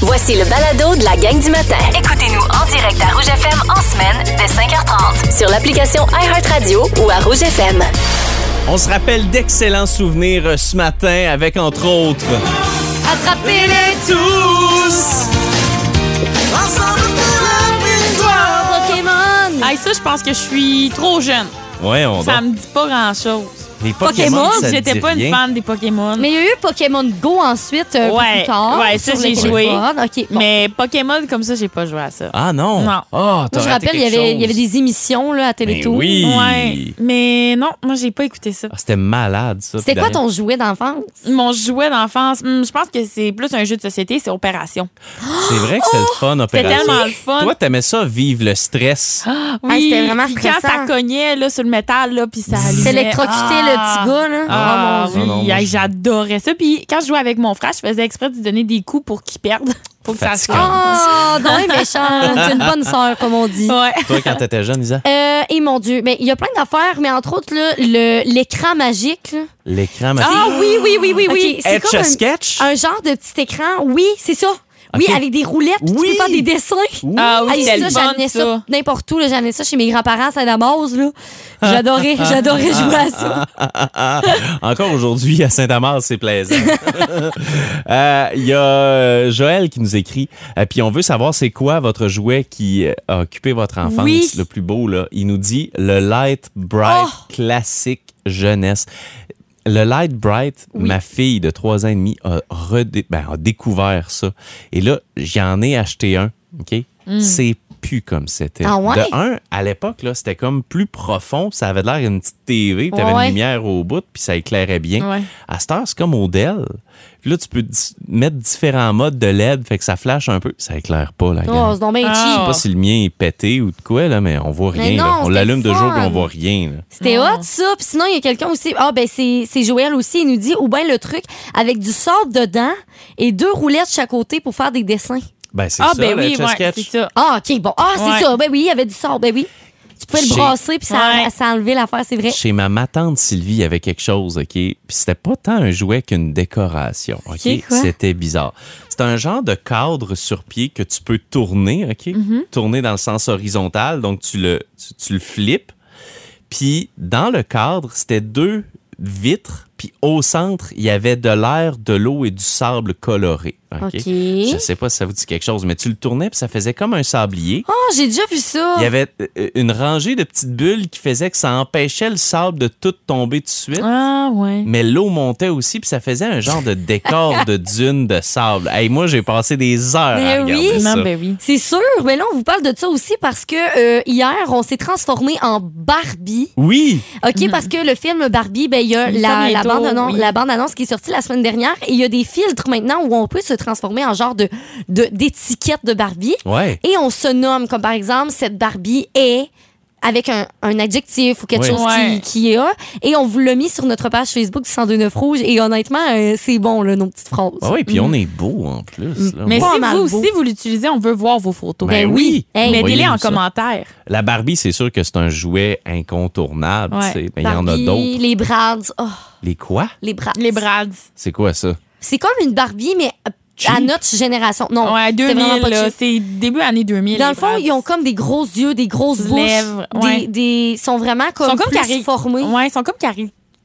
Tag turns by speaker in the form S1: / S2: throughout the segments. S1: Voici le balado de la gang du matin. Écoutez-nous en direct à Rouge FM en semaine dès 5h30 sur l'application iHeartRadio ou à Rouge FM.
S2: On se rappelle d'excellents souvenirs euh, ce matin avec entre autres
S3: Attrapez-les
S2: tous.
S3: Pokémon!
S4: Hey, ça, je pense que je suis trop jeune.
S2: Ouais, on
S4: Ça
S2: donc.
S4: me dit pas grand-chose.
S2: Les
S3: Pokémon,
S2: ça te
S4: J'étais
S2: dit
S4: pas une
S2: rien.
S4: fan des Pokémon.
S3: Mais il y a eu Pokémon Go ensuite, euh,
S4: Ouais,
S3: plus tard.
S4: ouais, ça,
S3: sur
S4: j'ai
S3: le
S4: joué.
S3: téléphone. OK, bon.
S4: Mais Pokémon, comme ça, j'ai pas joué à ça.
S2: Ah non.
S4: Non.
S2: Ah, t'as
S3: Moi, je
S2: raté
S3: rappelle, il y,
S2: quelque
S3: avait, il y avait
S2: chose.
S3: des émissions là, à
S2: Ben
S3: Télétoon.
S2: oui.
S4: Ouais. Mais non, moi, j'ai pas écouté ça.
S2: Ah, C'était malade ça.
S3: C'était
S2: puis
S3: quoi
S2: derrière-
S3: ton jouet d'enfance?
S4: Mon jouet d'enfance, hmm, je pense que c'est plus un jeu de société, c'est Opération.
S2: C'est vrai que c'était
S3: Oh!
S2: le fun
S4: C'était
S2: opération.
S4: tellement le fun.
S2: Toi, t'aimais ça vivre le stress.
S4: Oui,
S3: Ah, c'était vraiment
S4: puis quand
S3: stressant.
S4: ça cognait là, sur le métal, là, puis ça allumait.
S3: C'est électrocuté,
S4: Ah!
S3: le petit gars. Là.
S4: Ah,
S3: Oh, mon
S4: oui,
S3: Dieu.
S2: Non, non, moi,
S4: hey,
S2: je-
S4: j'adorais ça. Puis quand je jouais avec mon frère, je faisais exprès de lui donner des coups pour qu'il perde. Pour que ça se
S2: Fatigant.
S3: Oh, non, il est méchant. C'est une bonne sœur, comme on dit.
S4: Ouais.
S2: Toi, quand t'étais jeune, Isa,
S3: Euh, et mon Dieu, mais il y a plein d'affaires, mais entre autres, là, le- l'écran magique. là.
S2: l'écran m'a
S4: Ah oui, oui, oui, oui, oui.
S3: Ok, c'est
S2: Etch
S3: comme
S2: a
S3: un,
S2: sketch.
S3: un genre de petit écran. Oui, c'est ça. Oui,
S2: Ok.
S3: avec des roulettes, puis tu
S2: Oui.
S3: peux faire des dessins.
S4: Ah oui,
S3: Hey,
S4: c'était le
S3: ça,
S4: fun,
S3: j'amenais ça
S4: ça.
S3: n'importe où. là. J'amenais ça chez mes grands-parents à Saint-Damas. là. J'adorais, j'adorais jouer à ça.
S2: Ah, Encore aujourd'hui, à Saint-Amand, c'est plaisant. Euh, Il y a euh, Joël qui nous écrit. Euh, puis on veut savoir c'est quoi votre jouet qui euh, a occupé votre enfance,
S3: Oui.
S2: le plus beau. Là. Il nous dit le Light Bright
S3: Oh!
S2: classique jeunesse. Le Light Bright, ma fille de 3 ans et demi a, redé- ben, a découvert ça. Et là, j'en ai acheté un. OK? C'est plus comme c'était.
S3: Hmm. Ah ouais?
S2: De un, à l'époque, là, c'était comme plus profond. Ça avait l'air d'une petite TV. Tu avais
S3: Ouais.
S2: une lumière au bout, puis ça éclairait bien.
S4: Ouais.
S2: À cette heure, c'est comme au Dell. Puis là, tu peux dis- mettre différents modes de LED, fait que ça flash un peu. Ça éclaire pas, la
S3: Oh,
S2: gamme.
S3: c'est donc bien
S4: Ah.
S3: cheap.
S2: Je sais pas si le mien est pété ou de quoi, là, mais on voit
S3: Mais
S2: rien.
S3: non,
S2: là. On
S3: c'était
S2: l'allume de
S3: fun.
S2: jour et on voit rien. là.
S3: C'était
S4: Ah.
S3: hot, ça. Puis sinon, il y a quelqu'un aussi. Ah, ben, c'est c'est Joël aussi. Il nous dit, ou bien le truc avec du sable dedans et deux roulettes chaque côté pour faire des dessins.
S2: Ben, c'est
S4: Ah,
S2: ça,
S4: ben
S2: le
S4: oui,
S2: Chess
S4: ouais,
S2: Sketch.
S4: c'est ça.
S3: Ah, OK, bon. Ah, c'est
S4: Ouais.
S3: ça. Ben oui, il y avait du sable. Ben oui. Tu pouvais le
S2: J'ai-
S3: brasser, puis ça,
S4: Ouais.
S3: ça enlevait l'affaire, c'est vrai.
S2: Chez ma ma tante Sylvie, il y avait quelque chose, OK? Puis c'était pas tant un jouet qu'une décoration, OK?
S3: Ok, quoi?
S2: C'était bizarre. C'est un genre de cadre sur pied que tu peux tourner, OK?
S3: Mm-hmm.
S2: Tourner dans le sens horizontal, donc tu le, tu, tu le flippes. Puis dans le cadre, c'était deux vitres, puis au centre, il y avait de l'air, de l'eau et du sable coloré, OK?
S3: OK.
S2: Je sais pas si ça vous dit quelque chose, mais tu le tournais, puis ça faisait comme un sablier.
S3: Oh, j'ai déjà vu ça.
S2: Il y avait euh, une rangée de petites bulles qui faisait que ça empêchait le sable de tout tomber tout de suite.
S4: Ah, ouais.
S2: Mais l'eau montait aussi, puis ça faisait un genre de décor de dune de sable. Hey, moi, j'ai passé des heures
S3: Mais
S2: à
S3: oui.
S2: regarder ça.
S4: Non, ben oui.
S3: C'est sûr, mais là, on vous parle de ça aussi parce que euh, hier, on s'est transformé en Barbie.
S2: Oui,
S3: OK, parce que le film Barbie, ben, il y a
S4: Il
S3: la,
S4: fait
S3: la
S4: bientôt,
S3: bande annonce,
S4: oui.
S3: la bande annonce qui est sortie la semaine dernière et il y a des filtres maintenant où on peut se transformer en genre de de- d'étiquette de, Barbie
S2: ouais.
S3: et on se nomme, comme par exemple, cette Barbie est avec un, un adjectif ou quelque
S2: Oui.
S3: chose
S4: Ouais.
S3: qui, qui est un. Et on vous l'a mis sur notre page Facebook du 102.9 Rouge. Et honnêtement, euh, c'est bon, là, nos petites phrases.
S2: Ah oui, puis on est beau en plus. là.
S4: Mais
S2: Moi,
S3: Pas
S4: si
S3: mal
S4: vous
S3: beau.
S4: aussi, vous l'utilisez, on veut voir vos photos.
S2: Ben oui.
S3: Ben oui. Hey.
S4: Mettez-les
S2: Voyez-nous
S4: en
S2: ça.
S4: commentaire.
S2: La Barbie, c'est sûr que c'est un jouet incontournable.
S4: Ouais.
S2: tu sais. Mais il y en a
S3: Barbie,
S2: d'autres.
S3: Les Brads. Oh,
S2: Les quoi?
S3: les Brads.
S4: Les Brads.
S2: C'est quoi ça?
S3: C'est comme une Barbie, mais à- à
S2: Cheap.
S3: notre génération. Non,
S4: Ouais,
S3: c'était vraiment
S4: 2000,
S3: pas
S4: là,
S3: cheap.
S4: c'est début année 2000.
S3: Dans
S4: les
S3: le fond,
S4: Brads.
S3: ils ont comme des gros yeux, des grosses bouches.
S4: Lèvres,
S3: des-
S4: ouais.
S3: des, sont vraiment
S4: Ils
S3: comme, plus
S4: cari-
S3: formés.
S4: Ouais, ils sont comme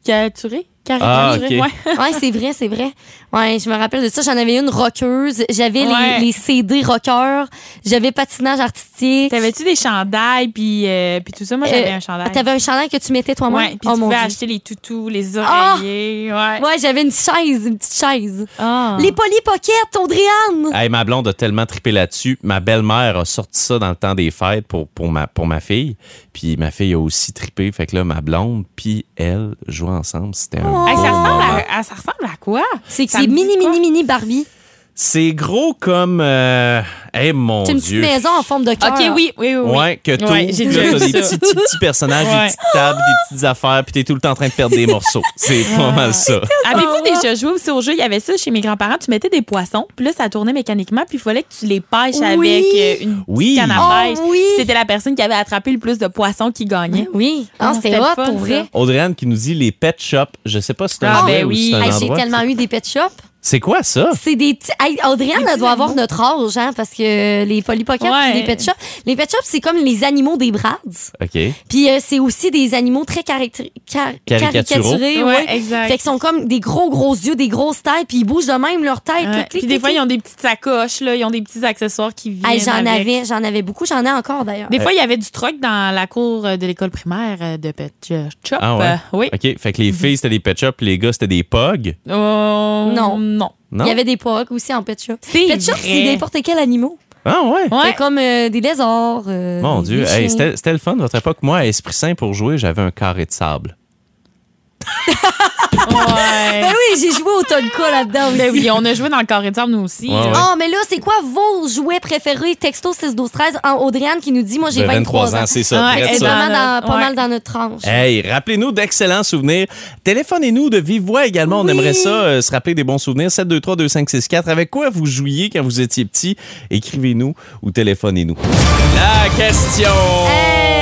S4: caricaturés.
S2: Ah,
S4: Caricaturés,
S2: ok.
S4: ouais.
S3: Ouais, c'est vrai, c'est vrai. Ouais, je me rappelle de ça. J'en avais une rockeuse. J'avais les-
S4: Ouais.
S3: les, CD rockers. J'avais patinage artistique.
S4: T'avais-tu des chandails, puis, euh, puis tout ça? Moi, j'avais un chandail.
S3: T'avais un chandail que tu mettais toi-même.
S4: Ouais, puis
S3: oh
S4: tu
S3: mon
S4: pouvais
S3: dieu. Ah!
S4: acheter les toutous, les oreillers. Ouais.
S3: Ouais, j'avais une chaise, une petite chaise.
S4: Ah.
S3: Les polypockets, Audrey-Anne.
S2: Hey, ma blonde a tellement trippé là-dessus. Ma belle-mère a sorti ça dans le temps des fêtes pour, pour, ma, pour ma fille. Puis ma fille a aussi trippé. Fait que là, ma blonde, puis elle, jouaient ensemble. C'était un
S3: Oh.
S2: beau
S4: Hey, ça, ressemble
S2: moment.
S4: à, à- ça ressemble à quoi?
S3: C'est
S4: Ça
S3: c'est
S4: me dit
S3: mini,
S4: quoi?
S3: mini, mini Barbie.
S2: C'est gros comme... Euh... Hey, mon
S3: C'est une petite
S2: Dieu.
S3: maison en forme de cœur.
S4: Ok, oui, oui, oui. oui.
S2: Ouais, que tout.
S4: Ouais, j'ai déjà
S2: t'as
S4: vu
S2: des
S4: ça.
S2: petits, petits, petits personnages,
S4: Ouais.
S2: des petites tables, des petites affaires, puis t'es tout le temps en train de perdre des morceaux. C'est pas mal ça.
S4: Avez-vous
S3: Ah,
S4: déjà joué aussi au jeu? Il y avait ça chez mes grands-parents. Tu mettais des poissons, puis là, ça tournait mécaniquement, puis il fallait que tu les pêches
S3: Oui.
S4: avec euh, une
S2: Oui.
S4: petite canne à
S3: Oh,
S4: pêche.
S3: oui.
S4: C'était la personne qui avait attrapé le plus de poissons qui gagnait.
S3: Oui.
S4: Ah,
S3: Ah, c'était
S4: c'était le
S3: hot
S4: fun,
S3: pour
S4: ça.
S3: vrai.
S2: Audrey-Anne qui nous dit les pet shops. Je sais pas si c'est un
S4: Ah,
S2: vrai
S4: ben
S2: ou si
S4: oui.
S2: c'est un
S3: Hey,
S2: endroit.
S3: J'ai tellement eu des pet shops.
S2: C'est quoi ça?
S3: C'est des petits. Hey, Audrey-Anne,
S4: Des
S3: elle doit
S4: petits
S3: avoir
S4: animaux.
S3: notre âge, hein, parce que les polypockets
S4: Ouais.
S3: puis les pet shops. Les pet shops, c'est comme les animaux des Brads.
S2: OK.
S3: Puis euh, c'est aussi des animaux très caractéri- car-
S2: Caricaturaux.
S3: caricaturés. ouais.
S4: Ouais, exact.
S3: Fait qu'ils sont comme des gros gros yeux, des grosses têtes, puis ils bougent de même leur tête.
S4: Ouais.
S3: clic, clic,
S4: Puis des
S3: clic,
S4: fois,
S3: clic.
S4: ils ont des petites sacoches, là, ils ont des petits accessoires qui viennent.
S3: Hey, j'en
S4: avec.
S3: avais, j'en avais beaucoup, j'en ai encore d'ailleurs.
S4: Des fois, il y avait du troc dans la cour euh, de l'école primaire euh, de Pet Shop.
S2: Ah ouais?
S4: Euh, oui.
S2: OK. Fait que les filles, c'était des pet shops, les gars, c'était des pogs.
S4: Euh,
S3: Non.
S4: Non.
S2: Non?
S3: Il y avait des pocs aussi en pet shop.
S4: C'est
S3: Pet shop, c'est
S4: vrai.
S3: n'importe quel animal.
S2: Ah ouais?
S4: Ouais.
S3: C'est comme euh, des lézards. euh,
S2: Mon
S3: des
S2: Dieu.
S3: chiens.
S2: Hey, c'était c'était le fun, votre époque. Moi, à Esprit Saint, pour jouer, j'avais un carré de sable.
S4: Ouais.
S3: Ben oui, j'ai joué au Tonka là-dedans aussi.
S4: Ben oui, on a joué dans le carré de sable, nous aussi.
S2: Ouais, Ah ouais.
S3: Oh, mais là, c'est quoi vos jouets préférés? Texto 6 12 13 en Audriane qui nous dit Moi, j'ai
S2: De
S3: 23, ans.
S2: c'est Eh, ça.
S4: Ouais,
S2: prête,
S3: C'est
S4: et
S2: ça.
S3: vraiment
S4: Dans
S3: dans,
S4: notre-
S3: pas
S4: ouais.
S3: mal dans notre tranche.
S2: Hey, rappelez-nous d'excellents souvenirs. Téléphonez-nous de vive voix également. On
S3: Oui.
S2: aimerait ça, euh, se rappeler des bons souvenirs. 723-2564. Avec quoi vous jouiez quand vous étiez petit? Écrivez-nous ou téléphonez-nous. La question!
S3: Eh,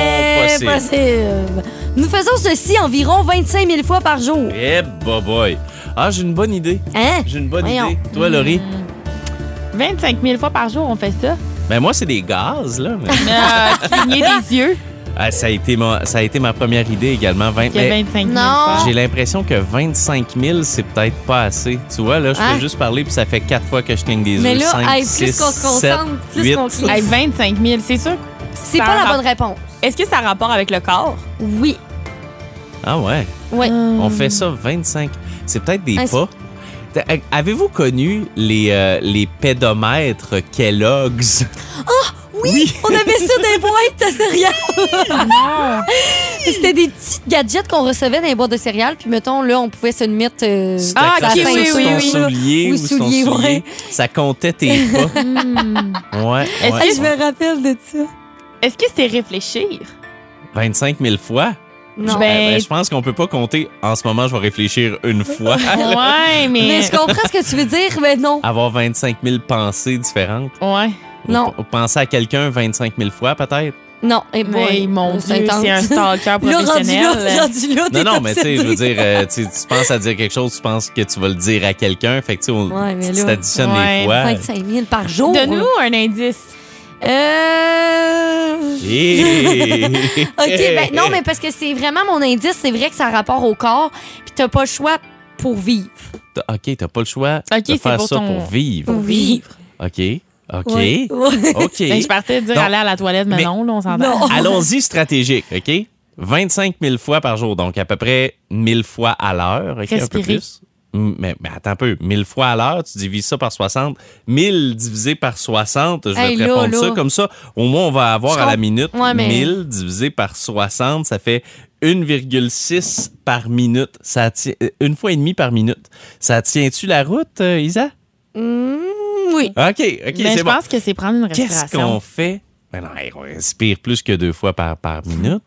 S3: Impossible. Nous faisons ceci environ 25 000 fois par jour.
S2: Eh, bah boy. Ah, j'ai une bonne idée.
S3: Hein?
S2: J'ai une bonne
S3: Voyons.
S2: idée. Toi, Laurie?
S4: 25 000 fois par jour, on fait ça.
S2: Ben, moi, c'est des gaz, là. mais-
S4: Euh, cligner des yeux
S2: Ah, ça, a été ma, ça a été ma première idée également. vingt-
S4: que
S2: mais
S4: 25 000
S3: Non.
S4: fois.
S2: J'ai l'impression que 25 000, c'est peut-être pas assez. Tu vois, là, je
S3: Ah.
S2: fais juste parler, puis ça fait quatre fois que je cligne des yeux.
S3: Mais là,
S2: Cinq,
S3: hey, plus
S2: six,
S3: qu'on se concentre,
S2: sept,
S3: plus
S2: huit.
S3: qu'on cligne.
S4: Hey, 25 000, c'est sûr.
S3: C'est
S4: Ça
S3: pas la
S4: rap-
S3: bonne réponse.
S4: Est-ce que ça a rapport avec le corps?
S3: Oui.
S2: Ah ouais,
S3: Oui.
S2: on fait ça 25. C'est peut-être des
S3: Ah, c'est-
S2: pas. T'as- a- Avez-vous connu les, euh, les pédomètres Kellogg's?
S3: Ah, Oui, on avait ça dans les boîtes de céréales. C'était des petits gadgets qu'on recevait dans les boîtes de céréales. Puis, mettons, là, on pouvait se le mettre. euh,
S2: Tu
S4: Ah,
S2: t'accrochais
S4: ok, oui,
S2: sur
S4: oui,
S2: ton
S4: oui.
S2: soulier
S3: Ou
S2: ou sur ton
S3: soulier,
S2: soulier.
S3: ouais.
S2: Ça comptait tes pas. Ouais,
S4: Est-ce
S2: ouais.
S3: hey, je me rappelle de ça.
S4: Est-ce que c'est réfléchir?
S2: 25 000 fois?
S3: Non.
S4: Ben,
S2: Eh ben, je pense qu'on peut pas compter. En ce moment, je vais réfléchir une fois.
S4: Ouais, mais.
S3: Mais je comprends ce que tu veux dire, mais non.
S2: Avoir 25 000 pensées différentes.
S4: Ouais.
S3: Non. Ah,
S2: Ou Penser à quelqu'un 25 000 fois, peut-être.
S3: Non, et
S4: Mais mon Dieu,
S3: intense.
S4: c'est un stalker
S3: Là, rendu
S4: professionnel. euh.
S3: là, rendu là,
S2: Non,
S3: t'es
S2: non, mais tu sais, je veux
S3: obsédé.
S2: dire, euh, tu tu penses à dire quelque chose, tu penses que tu vas le dire à quelqu'un. Fait que tu sais, on-
S3: Ouais, mais
S2: tu
S3: là-
S2: t'additionnes
S4: Ouais.
S2: les fois.
S3: 25 000 par jour.
S4: Donne-nous un indice.
S3: Euh...
S2: Hey!
S3: OK, ben non, mais parce que c'est vraiment mon indice, c'est vrai que ça a rapport au corps, puis t'as pas le choix pour vivre.
S2: T'as- OK, t'as pas le choix
S4: OK,
S2: de
S4: c'est
S2: faire
S4: pour
S2: ça
S4: ton-
S2: pour vivre.
S3: Pour vivre.
S2: OK, OK,
S3: Ouais. Ben, Ouais.
S2: OK.
S4: Fait que Ben, je partais de dire
S2: Non.
S4: aller à la toilette, mais,
S2: Mais-
S4: non, là, on s'entend.
S3: Non.
S2: Allons-y stratégique, OK? 25 000 fois par jour, donc à peu près 1000 fois à l'heure, OK? Un peu
S4: Respirer.
S2: plus. Mm, Mais, mais attends un peu, 1000 fois à l'heure, tu divises ça par 60. 1000 divisé par 60, je vais
S3: Hey,
S2: te
S3: là,
S2: répondre
S3: là.
S2: ça comme ça. Au moins, on va avoir
S3: Je
S2: à la
S3: comp-
S2: minute
S3: Ouais, mais-
S2: 1000 divisé par 60, ça fait 1,6 par minute. Ça tient- euh, une fois et demie par minute. Ça tient-tu la route, euh, Isa?
S3: Mm, oui.
S2: OK, OK,
S4: mais je
S2: c'est bon.
S4: pense que c'est prendre une
S2: Qu'est-ce qu'on
S4: respiration.
S2: fait? Ben non, hey, on respire plus que deux fois par, par minute.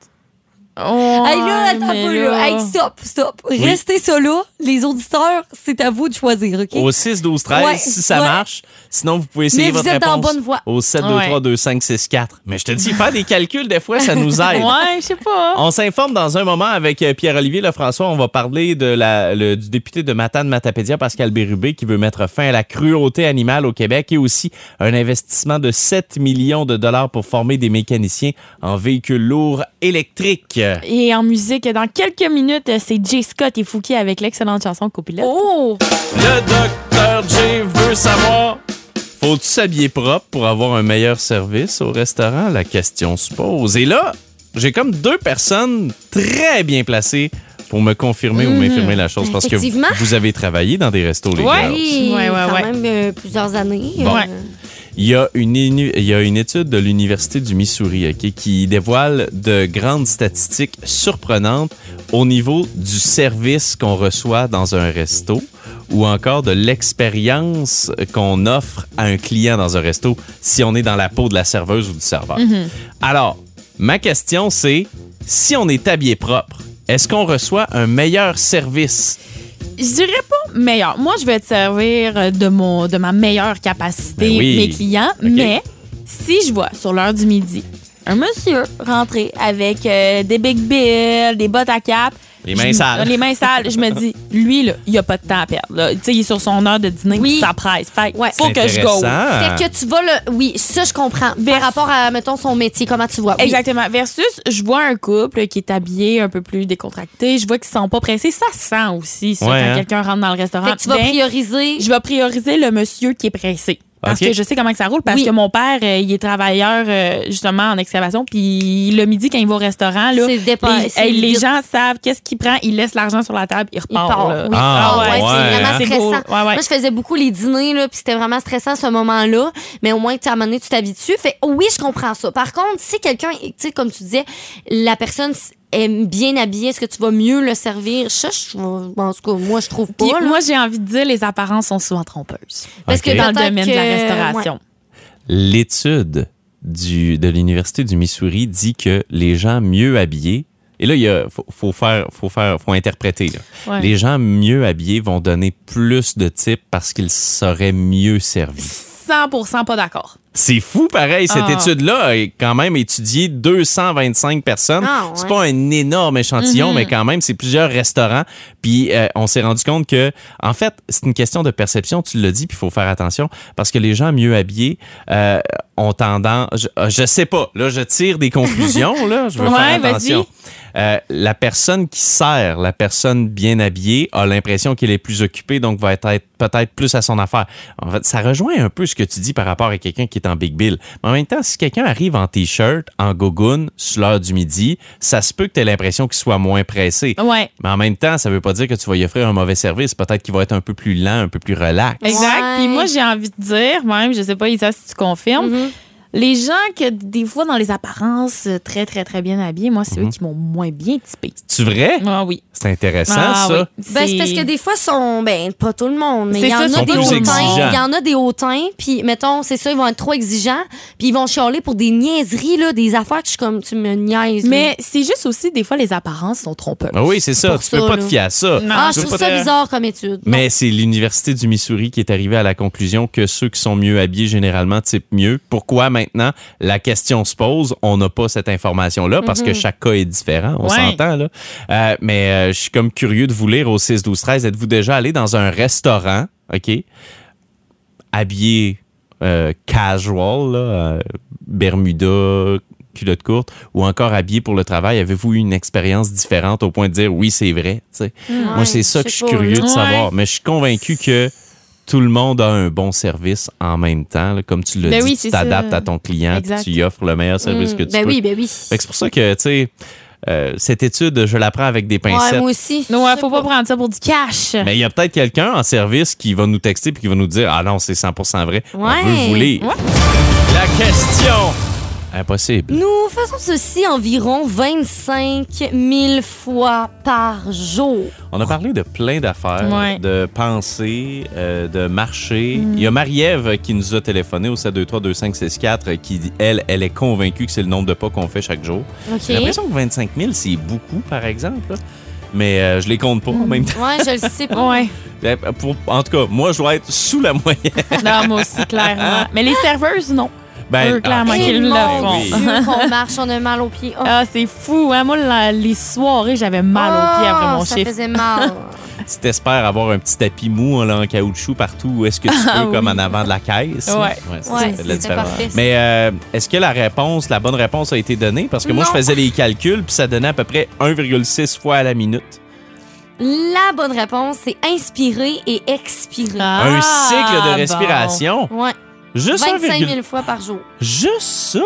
S4: Oh,
S3: Hey, là, attends un
S4: mais
S3: peu, là. Hey, stop, stop. Restez ça là. Les auditeurs, c'est à vous de choisir, OK?
S2: Au 6 12 13
S3: Ouais,
S2: si ça
S3: ouais.
S2: marche. Sinon, vous pouvez essayer
S3: Mais vous
S2: votre
S3: êtes dans
S2: réponse.
S3: la bonne voie.
S2: Au 7 2 3 2 5 6 4. Mais je te dis faire des calculs des fois ça nous aide.
S4: Ouais, je sais pas.
S2: On s'informe dans un moment avec euh, Pierre-Olivier Lefrançois. On va parler de la, le- du député de Matane Matapédia, Pascal Bérubé, qui veut mettre fin à la cruauté animale au Québec et aussi un investissement de 7 millions de dollars pour former des mécaniciens en véhicules lourds électriques.
S4: Et en musique, dans quelques minutes, c'est Jay Scott et Fouki avec l'excellente chanson Copilote.
S3: Oh!
S2: Le docteur J veut savoir. Faut-tu s'habiller propre pour avoir un meilleur service au restaurant? La question se pose. Et là, j'ai comme deux personnes très bien placées pour me confirmer ou m'infirmer la chose parce que vous,
S3: Effectivement.
S2: vous avez travaillé dans des restos, les
S4: Ouais.
S2: girls.
S3: Oui,
S4: Ouais, ouais,
S3: quand
S4: ouais.
S3: même euh, plusieurs années.
S4: Bon.
S3: euh,
S2: Il y, a une, inu- il y a une étude de l'Université du Missouri ok, qui dévoile de grandes statistiques surprenantes au niveau du service qu'on reçoit dans un resto ou encore de l'expérience qu'on offre à un client dans un resto si on est dans la peau de la serveuse ou du serveur.
S4: Mm-hmm.
S2: Alors, ma question c'est, si on est habillé propre, est-ce qu'on reçoit un meilleur service?
S4: Je dirais pas meilleur. Moi, je vais te servir euh, de, mon, de ma meilleure capacité,
S2: Ben oui.
S4: mes clients.
S2: OK.
S4: Mais si je vois sur l'heure du midi un monsieur rentrer avec euh, des Big Bill, des bottes à cap,
S2: Les mains sales.
S4: Les mains sales. Je me dis, lui, là, il a pas de temps à perdre. là. Tu sais, il est sur son heure de dîner,
S3: Oui.
S4: puis ça presse. Fait que
S3: Ouais.
S4: faut que je go.
S2: Intéressant.
S3: Fait que tu vas le. Oui, ça, je comprends. Par
S4: Vers-
S3: rapport à, mettons, son métier, comment tu vois. Oui.
S4: Exactement. Versus, je vois un couple qui est habillé un peu plus décontracté. Je vois qu'ils sont pas pressés. Ça sent aussi, ça,
S2: Ouais,
S4: quand
S2: hein.
S4: quelqu'un rentre dans le restaurant.
S3: Fait que tu vas
S4: Ben,
S3: prioriser.
S4: je vais prioriser le monsieur qui est pressé. Parce
S2: Ok.
S4: que je sais comment que ça roule, parce
S3: Oui.
S4: que mon père, euh, il est travailleur euh, justement en excavation, puis le midi, quand il va au restaurant, là,
S3: C'est dépa-
S4: les-
S3: c'est
S4: hey, les
S3: vite.
S4: gens savent qu'est-ce qu'il prend, il laisse l'argent sur la table, il
S3: Il
S4: repart.
S3: part.
S4: là.
S3: oui.
S2: Ah,
S3: Ah, ouais,
S2: ouais,
S3: c'est
S2: hein.
S3: vraiment
S4: C'est beau.
S3: stressant.
S4: Ouais, ouais.
S3: Moi, je faisais beaucoup les dîners, là, puis c'était vraiment stressant ce moment-là. Mais au moins, tu, à un moment donné, tu t'habitues. Fait oui, je comprends ça. Par contre, si quelqu'un, tu sais, comme tu disais, la personne s- est bien habillée, est-ce que tu vas mieux le servir? Ça, je, en tout cas, moi, je trouve pas.
S4: Puis
S3: là.
S4: moi, j'ai envie de dire, les apparences sont souvent trompeuses.
S3: parce que
S2: Ok.
S4: Dans le
S3: peut-être
S4: domaine de la
S3: que-
S4: restauration.
S2: L'étude du, de l'Université du Missouri dit que les gens mieux habillés, et là, il y a- faut, faut faire, faut faire, faut interpréter. là.
S4: Ouais.
S2: Les gens mieux habillés vont donner plus de types parce qu'ils seraient mieux servis.
S4: 100 pas d'accord.
S2: C'est fou, pareil. Cette
S4: Ah.
S2: étude-là a quand même étudié 225 personnes.
S3: Ah, ouais.
S2: C'est pas un énorme échantillon,
S4: Mhm.
S2: mais quand même, c'est plusieurs restaurants. Puis euh, on s'est rendu compte que, en fait, c'est une question de perception. Tu l'as dit, puis il faut faire attention parce que les gens mieux habillés euh, ont tendance. Je, euh, je sais pas. Là, je tire des conclusions. là, je veux
S4: Ouais,
S2: faire
S4: vas-y.
S2: attention. Euh, la personne qui sert, la personne bien habillée, a l'impression qu'elle est plus occupée, donc va être peut-être plus à son affaire. En fait, ça rejoint un peu ce que tu dis par rapport à quelqu'un qui est en big bill. Mais en même temps, si quelqu'un arrive en t-shirt, en gogoun, sur l'heure du midi, ça se peut que tu aies l'impression qu'il soit moins pressé.
S4: Ouais.
S2: Mais en même temps, ça veut pas dire que tu vas lui offrir un mauvais service. Peut-être qu'il va être un peu plus lent, un peu plus relax.
S4: Exact.
S3: Ouais. Mm-hmm.
S4: Puis moi, j'ai envie de dire, même, je sais pas, Isa, si tu confirmes, les gens que des fois, dans les apparences euh, très, très, très bien habillés, moi,
S2: Mm-hmm.
S4: c'est eux qui m'ont moins bien typé.
S2: Tu vrai?
S4: Ah oui.
S2: C'est intéressant,
S4: Ah
S2: ça.
S4: oui.
S3: Ben, c'est parce que des fois, sont, ben, pas tout le monde, mais il
S4: C'est
S3: y en
S4: ça,
S3: a
S4: sont
S3: des
S4: plus
S3: hautains.
S2: exigeants.
S3: Il y en a des hautains, puis mettons, c'est ça, ils vont être trop exigeants, puis ils vont chialer pour des niaiseries, là, des affaires que je suis comme, tu me niaises. là.
S4: Mais c'est juste aussi, des fois, les apparences sont trompeuses.
S2: Ah oui, c'est ça.
S3: pour
S2: Tu
S3: ça,
S2: peux pas
S3: là.
S2: te fier à ça.
S4: Non,
S3: ah,
S4: je
S3: je
S4: veux
S3: trouve
S4: pas
S3: ça
S4: te-
S3: bizarre comme étude.
S2: Mais c'est l'Université du Missouri qui est arrivée à la conclusion que ceux qui sont mieux habillés généralement typent mieux. Pourquoi maintenant la question se pose? On n'a pas cette information-là parce que chaque cas est différent. On
S4: Ouais.
S2: s'entend, là. Euh, mais euh, je suis comme curieux de vous lire au 6, 12, 13. Êtes-vous déjà allé dans un restaurant, OK, habillé euh, casual, là, euh, Bermuda, culotte courte, ou encore habillé pour le travail? Avez-vous eu une expérience différente au point de dire oui, c'est vrai? tu sais? Moi,
S3: Ouais,
S2: c'est ça
S3: je
S2: que je suis
S3: sais pas,
S2: curieux de
S4: là.
S2: savoir. Mais je suis convaincu que tout le monde a un bon service en même temps. là. Comme tu le
S4: Ben
S2: dis,
S4: oui,
S2: tu
S4: c'est
S2: t'adaptes
S4: ça.
S2: à ton client, puis
S4: Exact.
S2: tu lui offres le meilleur service
S3: Mm,
S2: que tu
S3: ben
S2: peux.
S3: oui, ben oui.
S2: Fait que c'est pour ça que, tu sais, euh, cette étude, je la prends avec des
S3: Ouais,
S2: pincettes.
S3: moi aussi.
S4: Non, ouais,
S3: Je
S4: faut
S3: sais
S4: pas prendre ça pour du cash.
S2: mais il y a peut-être quelqu'un en service qui va nous texter puis qui va nous dire Ah non, c'est 100% vrai.
S3: Ouais.
S2: On veut vous lire.
S4: Ouais.
S2: La question Impossible.
S3: Nous faisons ceci environ 25 000 fois par jour.
S2: On a parlé de plein d'affaires,
S4: Ouais. Mm.
S2: de pensées, euh, de marché. Il y a Marie-Ève qui nous a téléphoné au 723-2564 euh, qui dit, elle, elle est convaincue que c'est le nombre de pas qu'on fait chaque jour.
S3: OK?
S2: J'ai l'impression que 25 000, c'est beaucoup, par exemple. là. Mais euh, je les compte pas
S4: Mm.
S2: en même temps.
S3: Ouais, je le sais pas.
S4: Ouais.
S2: Euh, pour- en tout cas, moi, je dois être sous la moyenne.
S4: Non, moi aussi, clairement. Mais les serveuses, non. Eux, clairement,
S2: ah,
S4: qu'ils
S3: Et
S4: le
S3: mon
S4: font.
S3: Dieu, qu'on marche, on a mal aux pieds. Oh.
S4: Ah, c'est fou, hein? Moi, la- les soirées, j'avais mal aux pieds après
S3: Ah,
S4: mon
S3: ça
S4: chiffre.
S3: faisait mal.
S2: Si t'espères avoir un petit tapis mou là, en caoutchouc partout où est-ce que tu peux,
S4: Ah oui.
S2: comme en avant de la caisse.
S4: Ouais.
S2: ça,
S3: Ouais,
S2: ça fait de la
S3: c'était
S2: différence.
S3: parfait, ça.
S2: Mais euh, est-ce que la réponse, la bonne réponse a été donnée? Parce que moi,
S3: Non.
S2: je faisais les calculs, puis ça donnait à peu près 1,6 fois à la minute.
S3: La bonne réponse, c'est inspirer et expirer.
S2: un
S4: Ah,
S2: cycle de
S4: bon.
S2: respiration.
S3: Ouais,
S2: Juste
S3: 25
S2: 1,6.
S3: 000 fois par jour.
S2: Juste ça?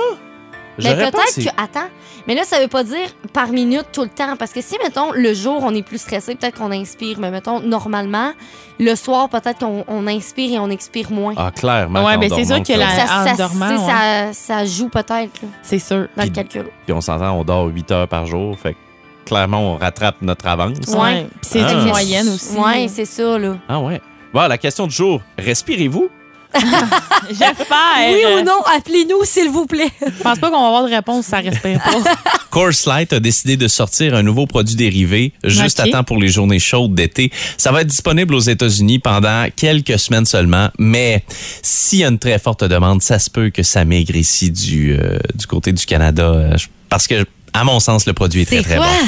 S3: Mais
S2: J'aurais
S3: peut-être
S2: pensé-
S3: que. Attends. Mais là, ça veut pas dire par minute tout le temps. Parce que si, mettons, le jour, on est plus stressé, peut-être qu'on inspire. Mais mettons, normalement, le soir, peut-être qu'on on inspire et on expire moins.
S2: Ah, clairement.
S4: Ouais,
S2: qu'en
S4: ben, c'est sûr
S2: dormant,
S4: que
S2: ça.
S4: la-
S3: ça,
S4: en
S3: ça,
S4: dormant,
S3: tu sais,
S4: ouais. Ah.
S3: ça, ça joue peut-être là,
S4: C'est sûr.
S3: dans le
S2: Puis-
S3: calcul.
S2: Puis on s'entend, on dort 8 heures par jour. Fait que clairement, on rattrape notre avance.
S3: Ouais.
S4: Puis c'est
S2: Ah.
S4: une moyenne aussi.
S3: Ouais, c'est ça, là.
S2: Ah ouais. Bon, la question du jour. Respirez-vous?
S4: J'espère.
S3: non, appelez-nous, s'il vous plaît.
S4: Je pense pas qu'on va avoir de réponse, ça respire pas.
S2: Coors Light a décidé de sortir un nouveau produit dérivé juste
S4: Ok.
S2: à temps pour les journées chaudes d'été. Ça va être disponible aux États-Unis pendant quelques semaines seulement, mais s'il y a une très forte demande, ça se peut que ça maigre ici du, euh, du côté du Canada euh, je- parce que, à mon sens, le produit est très,
S3: C'est
S2: très
S3: quoi?
S2: bon.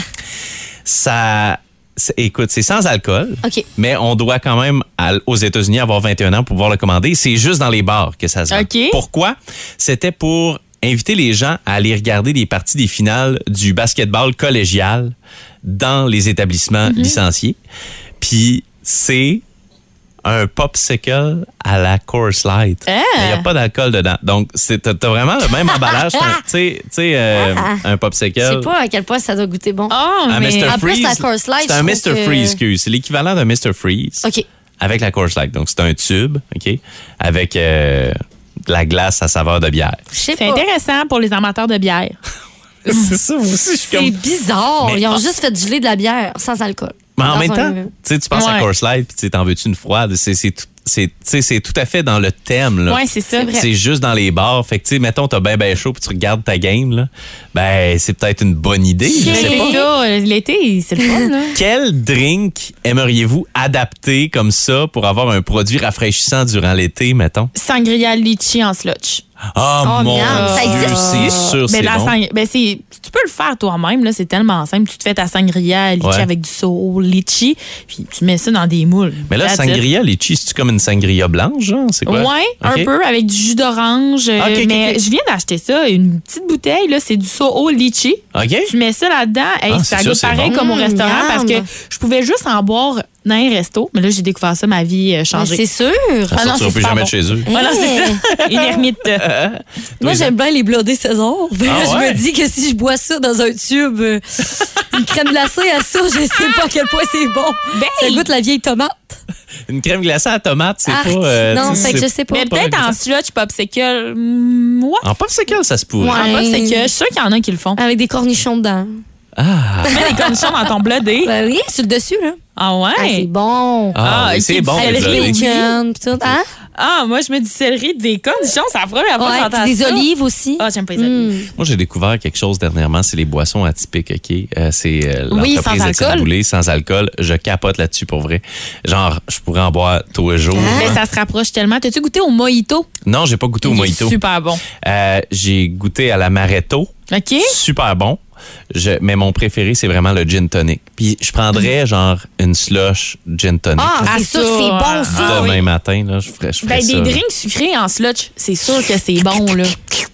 S2: Ça. c'est- Écoute, c'est sans alcool,
S3: OK.
S2: mais on doit quand même à- aux États-Unis avoir 21 ans pour pouvoir le commander. C'est juste dans les bars que ça se vend.
S4: OK.
S2: Pourquoi? C'était pour inviter les gens à aller regarder des parties des finales du basketball collégial dans les établissements licenciés. Puis c'est un popsicle à la Coors Light.
S4: Ah!
S2: Mais Il n'y a pas d'alcool dedans. Donc, c'est- t'as t'as vraiment le même emballage. qu'un- Tu sais- tu sais, euh, un popsicle.
S3: Je sais pas à quel point ça doit goûter bon.
S4: Oh,
S2: Ah, Un
S4: mais.
S2: Mr.
S3: En plus,
S2: Freeze.
S3: la Coors Light,
S2: C'est un
S3: je
S2: Mr.
S3: trouve que-
S2: Freeze, excuse. C'est l'équivalent d'un Mr. Freeze.
S3: OK.
S2: Avec la Coors Light. Donc, c'est un tube, OK? Avec euh, de la glace à saveur de bière.
S3: Je sais
S4: C'est
S3: pas.
S4: intéressant pour les amateurs de bière.
S2: c'est ça, moi aussi, je suis
S3: C'est
S2: comme.
S3: bizarre.
S2: Mais- ah.
S3: Ils ont juste fait geler de la bière sans alcool.
S2: Mais en
S3: Dans
S2: même
S3: un-
S2: temps, tu sais, tu penses à
S4: Ouais.
S2: Coors Light, puis tu sais, t'en veux-tu une froide? C'est- C'est tout, c'est- tu sais, c'est tout à fait dans le thème, là.
S4: Ouais, c'est ça.
S2: C'est juste dans les bars. Fait que, tu sais, mettons, t'as ben, ben chaud puis tu regardes ta game, là. Ben, c'est peut-être une bonne idée. Je sais pas.
S4: C'est ça, euh, L'été, c'est le fun, là.
S2: Quel drink aimeriez-vous adapter comme ça pour avoir un produit rafraîchissant durant l'été, mettons?
S4: Sangria litchi en slotch.
S2: Oh,
S3: Oh,
S2: mon
S3: miam, ça
S2: Dieu,
S3: existe?
S2: c'est sûr,
S4: Ben,
S2: c'est
S4: la
S2: bon.
S4: sang- ben, c'est- tu peux le faire toi-même, là, c'est tellement simple. Tu te fais ta sangria litchi
S2: Ouais.
S4: avec du saut litchi, puis tu mets ça dans des moules.
S2: Mais là,
S4: That's it.
S2: sangria, les cheese, c'est comme une sangria blanche, genre? C'est quoi?
S4: Ouais,
S2: Ok.
S4: un peu avec du jus d'orange. euh,
S2: Ok, ok,
S4: mais
S2: ok.
S4: je viens d'acheter ça, une petite bouteille, là, c'est du soho litchi.
S2: OK?
S4: Tu mets ça là-dedans, hey,
S2: Ah,
S4: ça
S2: c'est
S4: goûte
S2: ça, c'est
S4: pareil
S2: bon.
S4: comme au
S3: Mm,
S4: restaurant
S3: miam.
S4: parce que je pouvais juste en boire dans un resto, mais là j'ai découvert ça, ma vie euh, a
S3: Mais Ben,
S4: changé.
S3: C'est sûr.
S2: Ça,
S4: Ah non,
S2: tu ne plus
S4: c'est super
S2: jamais
S4: bon.
S2: de chez eux.
S4: Voilà, c'est
S3: Hey.
S4: ça. Une ermite.
S2: Euh,
S3: Moi,
S2: les
S3: j'aime bien les blodés César. Ben,
S2: hein. Ah
S3: je
S2: ouais?
S3: me dis que si je bois ça dans un tube, euh, une crème glacée à ça, je sais pas à quel point c'est bon.
S4: Ben
S3: Ça goûte la vieille tomate.
S2: Une crème glacée à la tomate, c'est
S3: Arc.
S2: pas... euh,
S3: Ah, non,
S2: tu sais,
S3: fait que
S2: c'est-
S3: je sais pas.
S4: Mais peut-être en sludge popsicle. Moi,
S2: En popsicle, ça se pourrait.
S3: Ouais.
S4: en popsicle, je suis sûre qu'il y en a qui le font.
S3: Avec des cornichons dedans.
S2: Ah,
S4: Tu mets des cornichons dans ton blodé.
S3: Ben oui, sur le dessus, là.
S4: Ah
S3: Ah, c'est
S4: ouais?
S3: bon.
S2: ah,
S4: Ah,
S2: oui, c'est
S4: ok,
S2: bon.
S4: du
S2: les blodés.
S4: céleri au
S3: Bacon, pis tout. Hein?
S4: Ah, moi, je mets du céleri, des cornichons, c'est la première fois que
S3: Ouais,
S4: j'entends
S3: pis des
S4: ça.
S3: olives Mmh. aussi.
S4: Ah, j'aime pas les olives.
S2: Moi, j'ai découvert quelque chose dernièrement, c'est les boissons atypiques, OK? Euh, c'est euh,
S4: Oui,
S2: l'entreprise
S4: sans
S2: Étienne
S4: alcool.
S2: Boulay, sans alcool. Je capote là-dessus pour vrai. Genre, je pourrais en boire tous les jours.
S4: Mais
S3: Ah.
S4: ça se rapproche tellement. T'as-tu goûté au mojito?
S2: Non, j'ai pas goûté au
S4: Ah. Il est
S2: mojito.
S4: Super bon.
S2: Euh, j'ai goûté à la Maretto.
S3: Ah,
S4: OK?
S2: Super bon. Je- mais mon préféré, c'est vraiment le gin tonic. Puis je prendrais genre une slush gin tonic.
S3: Ah,
S4: Ah,
S3: c'est sûr,
S4: ça,
S3: c'est bon,
S4: ah,
S3: ça.
S2: Demain matin, là, je ferais, je ferais
S4: Ben,
S2: ça.
S4: des drinks sucrés en slotch, c'est sûr que c'est bon, là.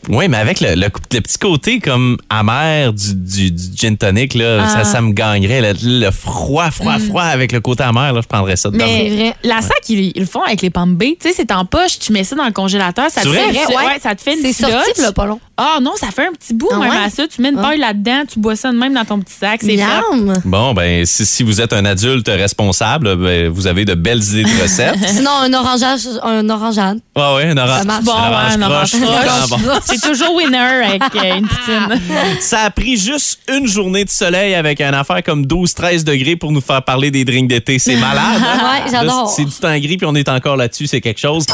S2: Oui, mais avec le, le, le petit côté comme amer du, du, du gin tonic, là,
S4: Ah.
S2: ça, ça me gagnerait. Le, le froid, froid, froid avec le côté amer, là, je prendrais ça dedans.
S4: Mm. Mais
S3: C'est vrai.
S4: la sac, ils, ils le font avec les pambés. Tu sais, c'est en poche, tu mets ça dans le congélateur, ça te
S2: C'est
S4: fait,
S2: vrai?
S4: une-
S3: Ouais.
S4: ça te fait une
S3: C'est sorti,
S4: slotch.
S3: là, pas long.
S4: Ah non, ça fait un petit bout
S3: Ah
S4: même
S3: ouais?
S4: à ça. Tu mets une paille là-dedans, tu bois ça de même dans ton petit sac, c'est fait.
S3: Miam.
S2: Bon, ben, si, si vous êtes un adulte responsable, ben, vous avez de belles idées de recettes.
S3: Sinon, un orangeage, un orangeade.
S2: Ah ouais, un orange.
S3: Ça marche.
S4: Bon, hein,
S2: un orange croche, c'est
S4: ouais, un orange
S2: vraiment
S4: croche.
S2: bon.
S4: C'est toujours winner avec euh, une poutine.
S2: Ça a pris juste une journée de soleil avec une affaire comme 12-13 degrés pour nous faire parler des drinks d'été. C'est malade. hein?
S3: Ouais, j'adore.
S2: Là, C'est du temps gris, puis on est encore là-dessus, c'est quelque chose.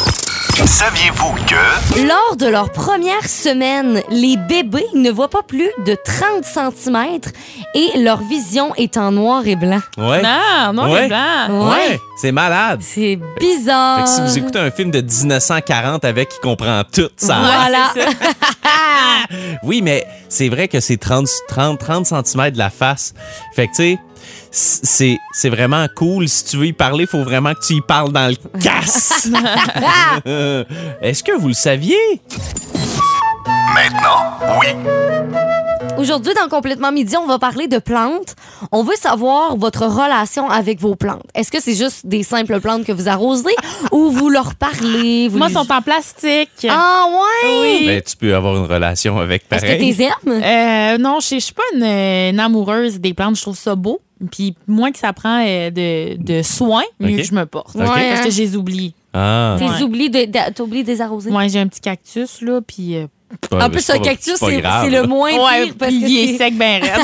S5: Saviez-vous que...
S3: Lors de leur première semaine, les bébés ne voient pas plus de 30 cm et leur vision est en noir et blanc.
S2: Ouais.
S4: Non, non,
S2: Ouais.
S4: c'est
S3: Ah,
S4: blanc.
S2: Ouais, c'est malade.
S3: C'est
S2: Fait
S3: bizarre.
S2: que si vous écoutez un film de 1940 avec qui comprend tout, ça.
S3: Voilà.
S4: Ouais, c'est ça.
S2: Oui, mais c'est vrai que c'est 30, 30, 30 cm de la face. Fait que, tu sais, c'est c'est vraiment cool. Si tu veux y parler, faut vraiment que tu y parles dans le casse.
S3: Ah!
S2: Euh, Est-ce que vous le saviez?
S5: Maintenant, oui.
S3: Aujourd'hui, dans Complètement Midi, on va parler de plantes. On veut savoir votre relation avec vos plantes. Est-ce que c'est juste des simples plantes que vous arrosez ou vous leur parlez? Vous
S4: Moi,
S3: les-
S4: ils sont en plastique.
S3: Ah ouais?
S4: Oui.
S2: Ben, tu peux avoir une relation avec
S3: Est-ce que
S2: pareil.
S3: t'es aimes?
S4: Euh, non, je je suis pas une, une amoureuse des plantes. Je trouve ça beau. Puis moins que ça prend euh, de, de soins, mieux
S2: Ok.
S4: que je me porte.
S2: Ok.
S3: Ouais,
S4: Parce
S3: hein?
S4: que je les oublie.
S2: Ah,
S3: T'es
S4: Ouais.
S3: oublié de, de- t'oublies de les arroser?
S4: Moi, j'ai un petit cactus, là, puis... euh,
S2: ben,
S3: En plus, un cactus, c'est c'est le moins
S4: ouais,
S3: pire parce
S4: puis
S3: que
S4: il
S3: c'est-
S4: est sec, ben raide.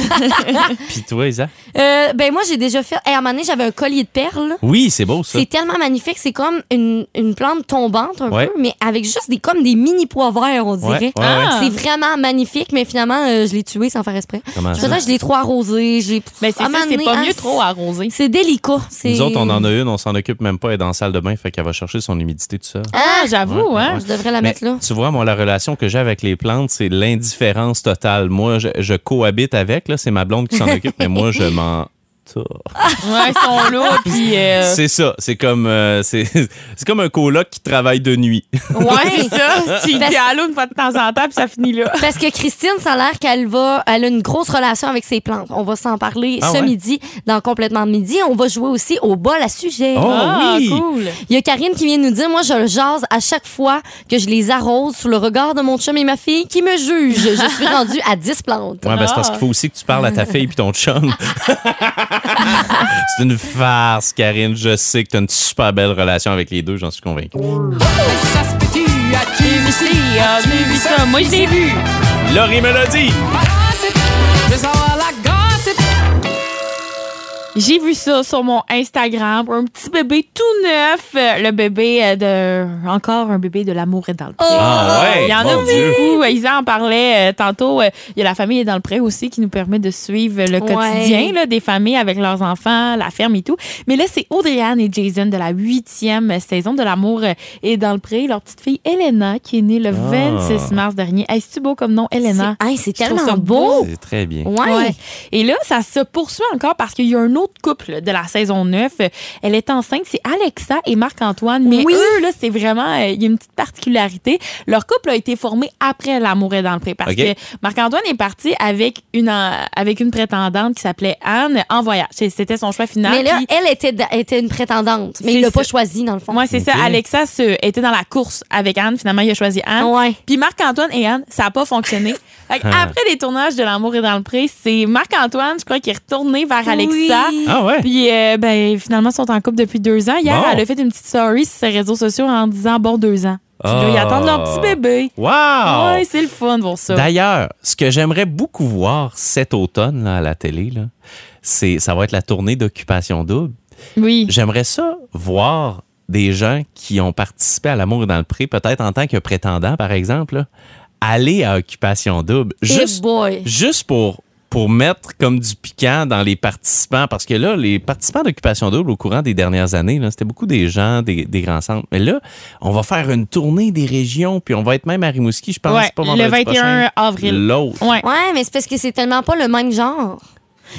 S2: Puis toi, Isa?
S3: Euh, ben moi, j'ai déjà fait. Hey, à un moment donné, j'avais un collier de perles.
S2: Oui, c'est beau, ça.
S3: C'est tellement magnifique. C'est comme une, une plante tombante un
S2: Ouais.
S3: peu, mais avec juste des comme des mini pois verts, on
S2: Ouais,
S3: dirait.
S2: ouais,
S4: Ah.
S2: ouais.
S3: C'est vraiment magnifique, mais finalement, euh, je l'ai tué sans faire exprès.
S2: Comment
S3: Je
S2: ça?
S3: veux dire, je l'ai trop arrosé. Je l'ai...
S4: Ben, c'est
S3: À un
S4: ça,
S3: moment
S4: c'est
S3: donné,
S4: pas
S3: hein,
S4: mieux trop arrosé.
S3: C'est délicat. C'est...
S2: Nous autres, on en a une, on s'en occupe même pas, elle est dans la salle de bain, fait qu'elle va chercher son humidité, tout ça.
S4: Ah, j'avoue,
S2: Ouais,
S4: hein?
S3: Je devrais la
S2: Mais
S3: mettre là.
S2: Tu vois, moi, la relation que j'ai avec les plantes, c'est l'indifférence totale. Moi, je, je cohabite avec, là, c'est ma blonde qui s'en occupe, mais moi, je m'en tas.
S4: Ouais, ils sont là, puis. euh,
S2: C'est ça. C'est comme, euh, c'est c'est comme un coloc qui travaille de nuit.
S4: Ouais, c'est ça. Tu
S3: Parce-
S4: dis allô une fois de temps en temps, puis ça finit là.
S3: Parce que Christine, ça a l'air qu'elle va, elle a une grosse relation avec ses plantes. On va s'en parler
S2: Ah
S3: ce
S2: ouais?
S3: midi dans Complètement de midi. On va jouer aussi au bol à sujet.
S2: Oh
S4: Ah,
S2: oui!
S4: cool.
S3: Il y a Karine qui vient nous dire, moi, je le jase à chaque fois que je les arrose sous le regard de mon chum et ma fille qui me juge. Je suis rendue à 10 plantes.
S2: Ouais, ben, c'est parce qu'il faut aussi que tu parles à ta fille puis ton chum. c'est une farce, Karine. Je sais que tu as une super belle relation avec les deux, j'en suis convaincu.
S4: J'ai vu ça, j'ai ah, vu ça. Moi, je l'ai vu.
S2: Laurie Melody!
S4: Oh, J'ai vu ça sur mon Instagram. Un petit bébé tout neuf. Euh, Le bébé euh, de. Encore un bébé de l'amour est dans
S3: Oh,
S4: le pré.
S2: Ah ouais,
S4: Il y en
S2: mon
S4: a
S2: Dieu.
S4: beaucoup. Euh, Isa en parlait euh, tantôt. Euh, Il y a la famille est dans le pré aussi qui nous permet de suivre le
S3: Ouais.
S4: quotidien là, des familles avec leurs enfants, la ferme et tout. Mais là, c'est Audrey-Anne et Jason de la huitième saison de l'amour euh, est dans le pré. Leur petite fille Elena qui est née le
S2: Ah.
S4: 26 mars dernier. Hey, c'est-tu beau comme nom, Elena?
S3: C'est- hey, c'est
S4: Je trouve
S3: tellement
S4: ça
S3: beau.
S2: C'est très bien.
S3: Ouais.
S4: Ouais. Et là, ça se poursuit encore parce qu'il y a un autre couple de la saison 9. Elle est enceinte, c'est Alexa et Marc-Antoine. Mais
S3: Oui.
S4: eux, là, c'est vraiment, euh, il y a une petite particularité. Leur couple a été formé après L'amour est dans le pré parce
S2: OK.
S4: que Marc-Antoine est parti avec une, euh, avec une prétendante qui s'appelait Anne en voyage. C'est- C'était son choix final.
S3: Mais là,
S4: Puis-
S3: elle était, était une prétendante, mais
S4: C'est
S3: il l'a
S4: ça.
S3: pas choisie, dans le fond.
S4: moi, c'est
S2: OK.
S4: ça. Alexa se- était dans la course avec Anne. Finalement, il a choisi Anne.
S3: Ouais.
S4: Puis Marc-Antoine et Anne, ça n'a pas fonctionné. Fait que
S2: Ah.
S4: Après les tournages de L'amour est dans le pré, c'est Marc-Antoine, je crois, qui est retourné vers Alexa.
S3: Oui.
S2: Ah ouais?
S4: Puis, euh, ben, finalement, ils sont en couple depuis deux ans. Hier,
S2: Bon.
S4: elle a fait une petite story sur ses réseaux sociaux en disant bon, deux ans. Puis là, ils
S2: Ah.
S4: attendent leur petit bébé.
S2: Wow!
S4: Ouais, c'est le fun pour ça.
S2: D'ailleurs, ce que j'aimerais beaucoup voir cet automne là, à la télé, là, c'est ça va être la tournée d'occupation double.
S4: Oui.
S2: J'aimerais ça voir des gens qui ont participé à l'amour dans le pré, peut-être en tant que prétendant, par exemple, là, aller à occupation double.
S3: Hey
S2: Juste,
S3: boy.
S2: juste pour pour mettre comme du piquant dans les participants, parce que là, les participants d'Occupation Double au courant des dernières années, là, c'était beaucoup des gens, des, des grands centres. Mais là, on va faire une tournée des régions, puis on va être même à Rimouski, je pense,
S4: Ouais,
S2: pas
S4: le
S2: vendredi
S4: 21
S2: prochain.
S4: avril.
S2: L'autre.
S4: Ouais.
S3: Ouais, mais c'est parce que c'est tellement pas le même genre.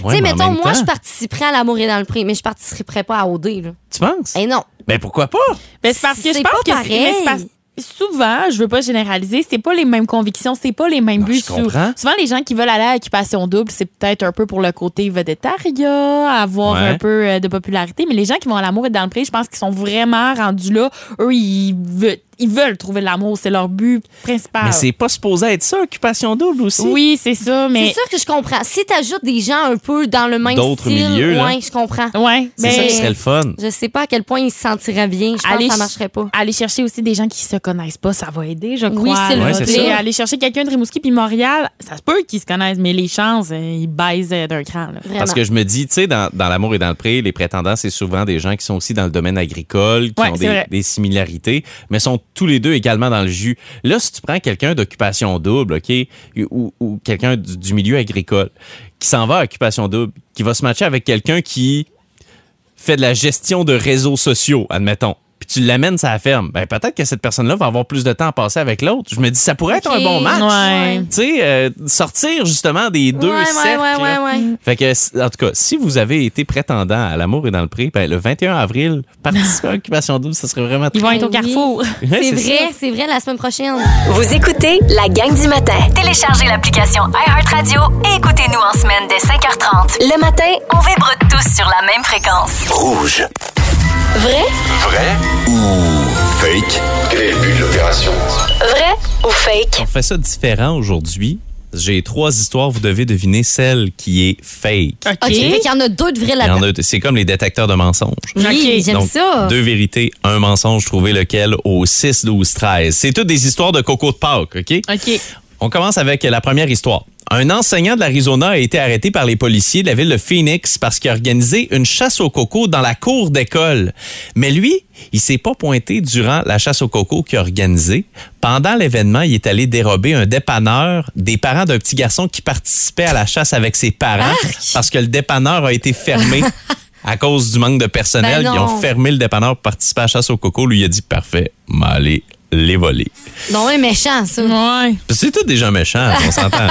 S2: Ouais,
S3: tu sais,
S2: mais en
S3: mettons,
S2: même
S3: moi,
S2: temps,
S3: je participerais à l'amour et dans le prix, mais je participerais pas à OD, là.
S2: Tu penses?
S3: Eh non.
S2: Mais pourquoi pas?
S4: Ben, c'est parce que je
S3: C'est
S4: pense
S3: pas
S4: que c'est- mais
S3: pareil.
S4: c'est parce- Souvent, je veux pas généraliser, c'est pas les mêmes convictions, c'est pas les mêmes
S2: Non,
S4: buts.
S2: je comprends.
S4: Souvent, les gens qui veulent aller à Occupation Double, c'est peut-être un peu pour le côté vedettariat, avoir
S2: Ouais.
S4: un peu euh, de popularité. Mais les gens qui vont à l'amour et dans le prix, je pense qu'ils sont vraiment rendus là. Eux, ils veulent, ils veulent trouver de l'amour, c'est leur but principal.
S2: Mais c'est pas supposé être ça, occupation double aussi.
S4: Ah. Oui, c'est ça, mais.
S3: C'est sûr que je comprends. Si t'ajoutes des gens un peu dans le même
S2: D'autres
S3: style,
S2: milieux, là.
S3: ouais, je comprends.
S4: Ouais,
S2: C'est
S4: mais-
S2: ça qui serait le fun.
S3: Je sais pas à quel point ils se sentiraient bien. Je pense
S4: Allez,
S3: que ça marcherait pas.
S4: Aller chercher aussi des gens qui se connaissent pas, ça va aider, je crois.
S3: Oui, s'il
S2: Ouais,
S4: là.
S2: c'est
S4: Puis
S2: ça.
S4: Aller chercher quelqu'un de Rimouski puis Montréal, ça se peut qu'ils se connaissent, mais les chances, euh, ils baisent euh, d'un cran. là.
S3: Vraiment.
S2: Parce que je me dis, tu sais, dans, dans l'amour et dans le pré, les prétendants, c'est souvent des gens qui sont aussi dans le domaine agricole, qui
S4: Ouais,
S2: ont
S4: c'est
S2: des,
S4: vrai.
S2: des similarités, mais sont tous les deux également dans le jus. Là, si tu prends quelqu'un d'occupation double, OK, ou, ou quelqu'un du, du milieu agricole, qui s'en va à occupation double, qui va se matcher avec quelqu'un qui fait de la gestion de réseaux sociaux, admettons, puis tu l'amènes à la ferme, ben, peut-être que cette personne-là va avoir plus de temps à passer avec l'autre. Je me dis, ça pourrait être un
S3: Ok.
S2: bon match.
S4: Ouais.
S2: Tu sais, euh, sortir justement des deux
S3: ouais, ouais,
S2: cercles.
S3: ouais,
S2: là.
S3: ouais, ouais.
S2: Fait que, s- en tout cas, si vous avez été prétendant à l'amour et dans le prix, ben, le 21 avril, participez à Occupation Double, ça serait vraiment
S4: Ils vont
S2: très-
S4: être au
S3: oui.
S4: carrefour.
S2: Ouais,
S3: C'est
S2: ça.
S3: vrai, c'est vrai, la semaine prochaine.
S1: Vous écoutez la gang du matin. Téléchargez l'application iHeartRadio et écoutez-nous en semaine dès 5h30. Le matin, on vibre tous sur la même fréquence.
S5: Rouge.
S1: Vrai,
S5: Vrai ou fake? Quel est le but de l'opération?
S1: vrai ou fake?
S2: On fait ça différent aujourd'hui. J'ai trois histoires, vous devez deviner celle qui est fake.
S3: OK, fait qu'il y en a deux de vrais
S2: Il y en
S3: là-dedans.
S2: a- C'est comme les détecteurs de mensonges.
S3: Oui,
S4: Ok.
S3: j'aime
S2: Donc,
S3: ça.
S2: deux vérités, un mensonge, trouvez lequel au 6, 12, 13. C'est toutes des histoires de coco de Pâques, OK?
S4: OK.
S2: On commence avec la première histoire. Un enseignant de l'Arizona a été arrêté par les policiers de la ville de Phoenix parce qu'il a organisé une chasse au coco dans la cour d'école. Mais lui, il s'est pas pointé durant la chasse au coco qu'il a organisée. Pendant l'événement, il est allé dérober un dépanneur des parents d'un petit garçon qui participait à la chasse avec ses parents parce que le dépanneur a été fermé. À cause du manque de personnel,
S3: Ben
S2: ils ont
S3: non.
S2: fermé le dépanneur pour participer à la chasse au coco. Lui, il a dit parfait, m'aller les voler.
S3: Non, mais méchant, ça.
S4: Ouais.
S2: C'est tout des gens méchants, on s'entend.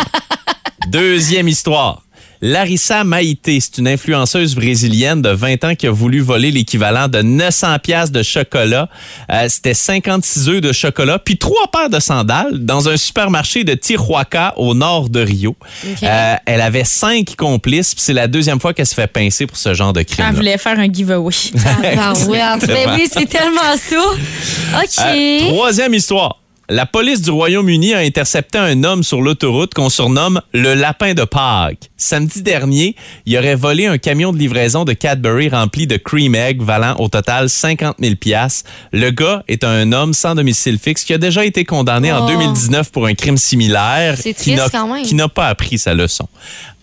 S2: Deuxième histoire. Larissa Maïté, c'est une influenceuse brésilienne de 20 ans qui a voulu voler l'équivalent de 900 pièces de chocolat. Euh, C'était 56 œufs de chocolat, puis trois paires de sandales dans un supermarché de Tijuana au nord de Rio. Euh, elle avait cinq complices, puis c'est la deuxième fois qu'elle se fait pincer pour ce genre de crime.
S4: Elle voulait faire un giveaway.
S3: Ah, ouais,
S2: Exactement.
S3: ben oui, c'est tellement ça. OK.
S2: Euh, troisième histoire. La police du Royaume-Uni a intercepté un homme sur l'autoroute qu'on surnomme le lapin de Pâques. Samedi dernier, il aurait volé un camion de livraison de Cadbury rempli de cream egg valant au total 50 000 pièces. Le gars est un homme sans domicile fixe qui a déjà été condamné en
S3: Oh.
S2: 2019 pour un crime similaire
S3: C'est
S2: qui
S3: triste
S2: n'a-
S3: quand même.
S2: qui n'a pas appris sa leçon.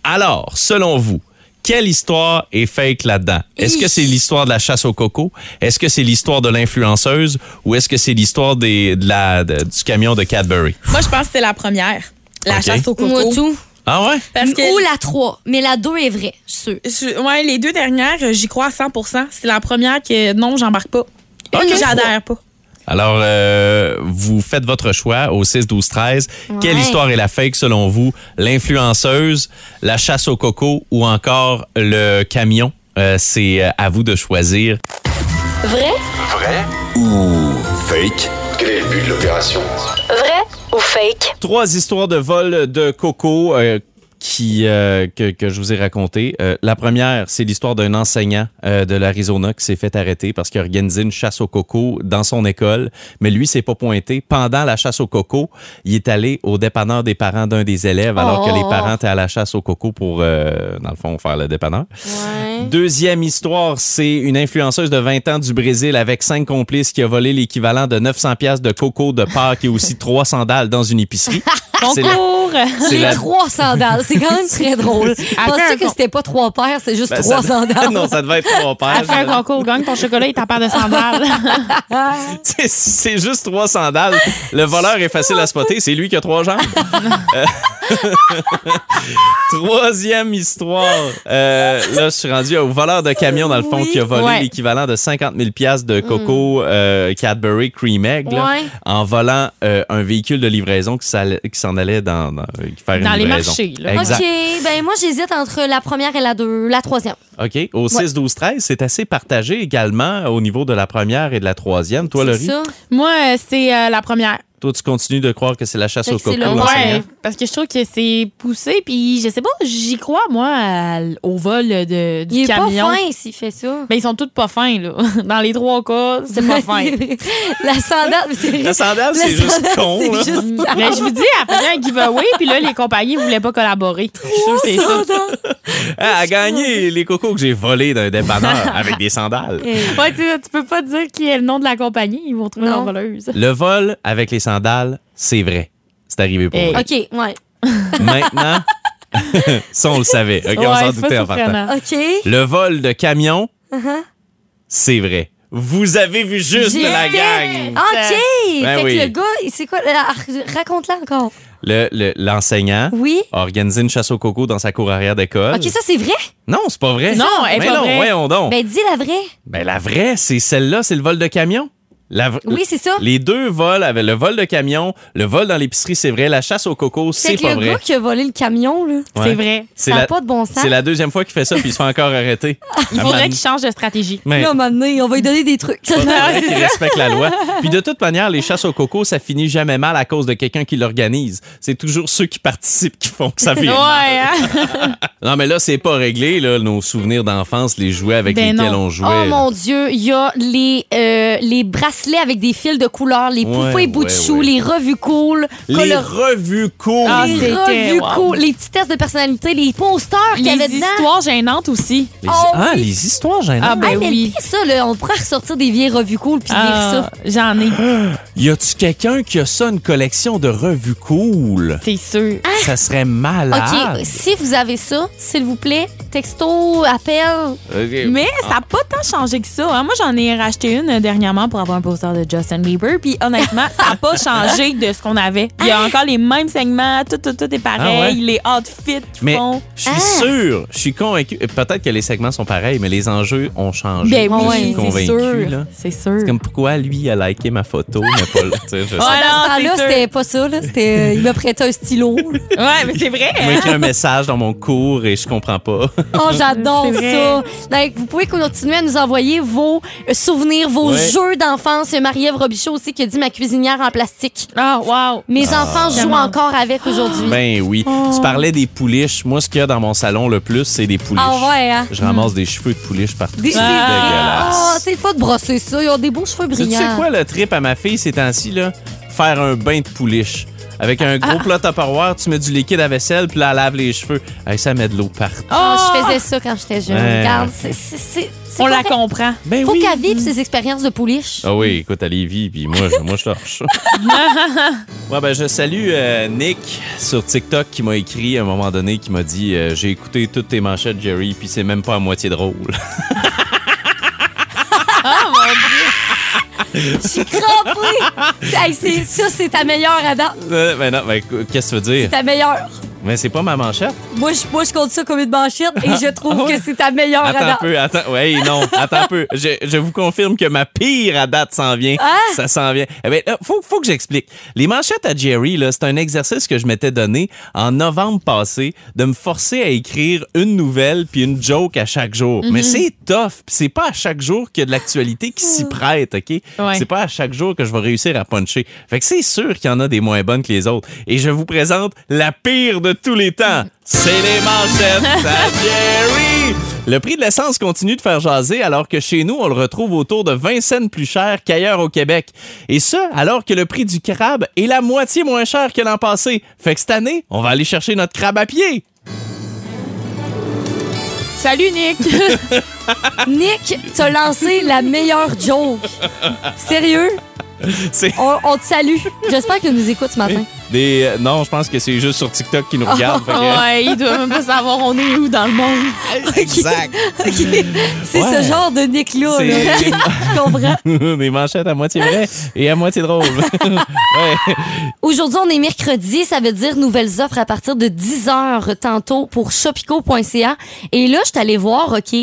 S2: Alors, selon vous, quelle histoire est fake là-dedans? Est-ce que c'est l'histoire de la chasse au coco? Est-ce que c'est l'histoire de l'influenceuse? Ou est-ce que c'est l'histoire des- de la- de- du camion de Cadbury?
S4: Moi, je pense que c'est la première. La
S2: Ok.
S4: chasse au
S3: Moi,
S4: coco.
S3: tout.
S2: Ah ouais?
S4: Parce que
S3: Ou la 3, mais la 2 est vraie, je suis sûre.
S4: Je- ouais, les deux dernières, euh, j'y crois à 100 C'est la première que non, j'embarque pas. Une
S3: Ok.
S4: que j'adhère pas.
S2: Alors, euh, vous faites votre choix au 6, 12, 13. Quelle
S3: Ouais.
S2: histoire est la fake selon vous? L'influenceuse, la chasse au coco ou encore le camion? Euh, c'est euh, à vous de choisir.
S1: Vrai,
S5: Vrai ou fake Quel est le but de l'opération
S1: vrai ou fake?
S2: Trois histoires de vol de coco euh, qui, euh, que, que je vous ai racontées. Euh, la première, c'est l'histoire d'un enseignant euh, de l'Arizona qui s'est fait arrêter parce qu'il a organisé une chasse au coco dans son école, mais lui s'est pas pointé. Pendant la chasse au coco, il est allé au dépanneur des parents d'un des élèves alors
S3: Oh,
S2: que les
S3: oh,
S2: parents étaient à la chasse au coco pour, euh, dans le fond, faire le dépanneur.
S3: Ouais.
S2: Deuxième histoire, c'est une influenceuse de 20 ans du Brésil avec cinq complices qui a volé l'équivalent de 900 pièces de coco de Pâques et aussi trois sandales dans une épicerie. C'est la-
S4: Ah, Concours!
S2: c'est
S3: Les
S2: la-
S3: trois sandales, c'est quand même très drôle. Pensez que c'était pas trois paires, c'est juste
S2: Ben,
S3: trois
S2: ça-
S3: sandales.
S2: non, ça devait être trois
S4: À faire un
S2: paires.
S4: concours, gagne ton chocolat et ta paire de sandales.
S2: C'est- C'est juste trois sandales. Le voleur est facile à spotter. C'est lui qui a trois jambes. Euh, Troisième histoire. Euh, là, je suis rendu au voleur de camion, dans le fond,
S3: Oui. Mm.
S2: qui a volé
S4: Ouais.
S2: l'équivalent de 50 000 de coco euh, Cadbury Cream Egg. là.
S3: Ouais.
S2: en volant euh, un véhicule de livraison qui s'allait- qui s'en allait dans, dans- euh, faire
S4: Dans
S2: une
S4: les
S2: livraison.
S4: marchés, là.
S2: Exact.
S3: OK, ben moi j'hésite entre la première et la deux, la troisième.
S2: OK. Au 6, 12, 13, c'est assez partagé également au niveau de la première et de la troisième. Toi,
S3: C'est
S2: Laurie,
S3: ça.
S4: Moi, euh, c'est euh, la première.
S2: toi, tu continues de croire que c'est la chasse
S3: Fait
S2: au
S3: que c'est
S2: coco.
S3: le-
S2: l'enseignant.
S4: Ouais, parce que je trouve que c'est poussé, puis je sais pas, j'y crois, moi, à l- au vol de, du
S3: Il est
S4: camion.
S3: pas fin s'il fait ça.
S4: Mais ils sont tous pas fins, là. Dans les trois cas, c'est pas fin.
S3: la sandale, c'est
S2: La sandale, c'est
S3: La
S2: juste
S3: sandale,
S2: con. là.
S3: c'est juste
S4: Mm. Mais je vous dis, elle faisait un giveaway, puis là, les compagnies voulaient pas collaborer. Je suis sûre que c'est ça.
S2: Ah, à gagner les cocos que j'ai volés d'un dépanneur avec des sandales.
S4: Ouais, tu, tu peux pas dire qui est le nom de la compagnie, ils vont trouver
S3: Non.
S4: leur voleuse.
S2: Le vol avec les sandales, c'est vrai. C'est arrivé pour
S4: Hey.
S2: vrai.
S3: OK, ouais.
S2: Maintenant, ça, on le savait. OK, on s'en
S4: ouais, c'est
S2: doutait
S4: pas
S2: en partant.
S4: surprenant.
S3: OK.
S2: Le vol de camion, c'est vrai. Vous avez vu juste
S3: J'ai
S2: la
S3: fait-
S2: gang.
S3: OK! fait
S2: Ben oui.
S3: que le gars, c'est quoi? la- Raconte-la encore.
S2: Le- le- L'enseignant
S3: Oui?
S2: a organisé une chasse au coco dans sa cour arrière d'école.
S3: OK, ça c'est vrai?
S2: Non, c'est pas vrai.
S4: Non, elle est
S2: Mais
S4: pas
S2: non,
S4: vraie.
S2: voyons donc.
S3: Ben dis la vraie.
S2: Ben, la vraie, c'est celle-là, c'est le vol de camion. La vr-
S3: Oui, c'est ça.
S2: Les deux vols, avec le vol de camion, le vol dans l'épicerie, c'est vrai. La chasse au coco,
S3: Fait
S2: c'est
S3: que
S2: pas
S3: le
S2: vrai.
S3: gars qui a volé le camion, là,
S2: Ouais.
S4: C'est vrai.
S2: C'est
S3: ça n'a
S2: la-
S3: pas de bon sens.
S2: C'est la deuxième fois qu'il fait ça, puis il se fait encore arrêter.
S4: Il faudrait qu'il change de stratégie.
S2: Mais-
S3: Là, à un moment donné, on va lui donner des trucs.
S2: faudrait qu'il respecte la loi. Puis de toute manière, les chasses au coco, ça finit jamais mal à cause de quelqu'un qui l'organise. C'est toujours ceux qui participent qui font que ça finit.
S4: Ouais,
S2: mal.
S4: hein?
S2: Non, mais là, c'est pas réglé, là, nos souvenirs d'enfance, les jouets avec
S4: Ben
S2: lesquels
S4: non.
S2: on jouait.
S3: Oh mon Dieu, il y a les, euh, les bracelets avec des fils de couleurs, les
S2: Ouais,
S3: poupées bout de
S2: ouais,
S3: chou,
S2: ouais.
S3: les revues cool,
S2: les
S3: color-
S2: revues cool.
S4: Ah,
S3: les
S4: c'était-
S3: revues
S4: wow.
S3: cool, les petits tests de personnalité, les posters qu'il y avait
S4: Les
S3: dedans.
S4: histoires gênantes aussi.
S2: Les-
S3: oh,
S2: ah,
S3: oui.
S2: les histoires gênantes.
S4: Ah, ben
S3: Hey, mais
S4: oui.
S3: le pire, ça, là, on pourrait ressortir des vieilles revues cool puis lire
S4: Ah,
S3: ça.
S4: J'en ai,
S2: Y a-tu quelqu'un qui a ça, une collection de revues cool?
S4: c'est sûr.
S2: Ça serait malade.
S3: OK, si vous avez ça, s'il vous plaît, texto, appel.
S2: OK.
S4: Ah,
S2: Ah.
S4: Mais ça n'a pas tant changé que ça. hein. Moi, j'en ai racheté une dernièrement pour avoir un poster de Justin Bieber. Puis honnêtement, ça n'a pas changé de ce qu'on avait. Il y a encore les mêmes segments, tout, tout, tout est pareil,
S2: Ah ouais?
S4: les outfits qu'ils
S2: Mais
S4: font.
S2: je suis
S3: Ah.
S2: sûr, je suis convaincu. et Peut-être que les segments sont pareils, mais les enjeux ont changé.
S4: Ben
S2: je
S4: oui,
S2: suis
S4: c'est
S2: convaincu.
S4: sûr.
S2: là.
S4: C'est sûr.
S2: C'est comme pourquoi lui a liké ma photo, mais pas le. tu sais, je-
S4: Ah, non,
S3: Dans ce
S4: c'est
S3: temps-là,
S4: sûr.
S3: c'était pas ça. Là. C'était, euh, il m'a prêté un stylo.
S4: Ouais, mais c'est vrai.
S2: Il m'a écrit un message dans mon cours et je comprends pas.
S3: Oh, j'adore
S4: C'est
S3: ça. Donc, vous pouvez continuer à nous envoyer vos euh, souvenirs, vos
S2: Ouais.
S3: jeux d'enfance. Il y a Marie-Ève Robichaud aussi qui a dit ma cuisinière en plastique.
S4: Ah, wow.
S3: Mes enfants jouent
S4: Tellement. Ah.
S3: encore avec aujourd'hui.
S2: Ben oui.
S3: Oh.
S2: Tu parlais des pouliches. Moi, ce qu'il y a dans mon salon le plus, c'est des pouliches.
S3: ah ouais, hein?
S2: Je ramasse des cheveux de pouliches partout.
S3: Des-
S2: C'est
S3: Ah,
S2: dégueulasse.
S3: c'est le fun de brosser ça. Ils ont des beaux cheveux
S2: Tu
S3: brillants.
S2: sais quoi le trip à ma fille ces temps-ci là Faire un bain de pouliche. Avec un
S3: Ah.
S2: gros plat Tupperware, tu mets du liquide à vaisselle, puis là, elle lave les cheveux. Hey, ça met de l'eau partout.
S3: Ah, je faisais ça quand j'étais jeune.
S2: Ouais.
S3: Regarde, c'est. c'est- c'est- c'est
S4: On la
S3: correct.
S4: comprend.
S2: Ben
S3: Faut
S2: oui.
S3: qu'elle vive ses expériences de pouliche.
S2: Ah oui, écoute, à Lévis, puis moi, je- moi je torche. ouais, ben, je salue euh, Nick sur TikTok qui m'a écrit à un moment donné, qui m'a dit euh, J'ai écouté toutes tes manchettes, Jerry, puis c'est même pas à moitié drôle.
S3: Je suis crampée. Hey, c'est- ça, c'est ta meilleure, Adam.
S2: Euh, ben non, ben, écou- qu'est-ce que tu veux dire
S3: Ta meilleure.
S2: Mais c'est pas ma manchette.
S3: Moi, je, moi, je compte ça comme une manchette et je trouve
S2: Ah ouais?
S3: que c'est ta meilleure,
S2: Attends un
S3: Adam.
S2: peu, attends. Oui, non, attends un peu. Je, je vous confirme que ma pire à date s'en vient. Ça s'en vient. Eh ben, là, faut, faut que j'explique. Les manchettes à Jerry, là, c'est un exercice que je m'étais donné en novembre passé de me forcer à écrire une nouvelle puis une joke à chaque jour. Mais c'est tough. Puis c'est pas à chaque jour qu'il y a de l'actualité qui s'y prête, OK?
S4: Ouais.
S2: C'est pas à chaque jour que je vais réussir à puncher. Fait que c'est sûr qu'il y en a des moins bonnes que les autres. Et je vous présente la pire de tous les temps. C'est les manchettes à Jerry! Le prix de l'essence continue de faire jaser alors que chez nous, on le retrouve autour de 20 cents plus cher qu'ailleurs au Québec. Et ce, alors que le prix du crabe est la moitié moins cher que l'an passé. Fait que cette année, on va aller chercher notre crabe à pied.
S4: Salut, Nick.
S3: Nick, t'as lancé la meilleure joke. Sérieux?
S2: C'est
S3: On, on te salue. J'espère que tu nous écoutes ce matin.
S2: des... euh, Non, je pense que c'est juste sur TikTok qui nous regarde. Fait que-
S4: ouais, il doit même pas savoir on est où dans le monde.
S2: Exact.
S3: OK. C'est
S2: Ouais.
S3: ce genre de Nick-là.
S2: C'est-
S3: là.
S4: hein?
S3: Tu comprends?
S2: des manchettes à moitié vraies et à moitié drôles. Ouais.
S3: Aujourd'hui, on est mercredi. Ça veut dire nouvelles offres à partir de 10 heures tantôt pour shopico.ca. Et là, je suis allée voir, OK?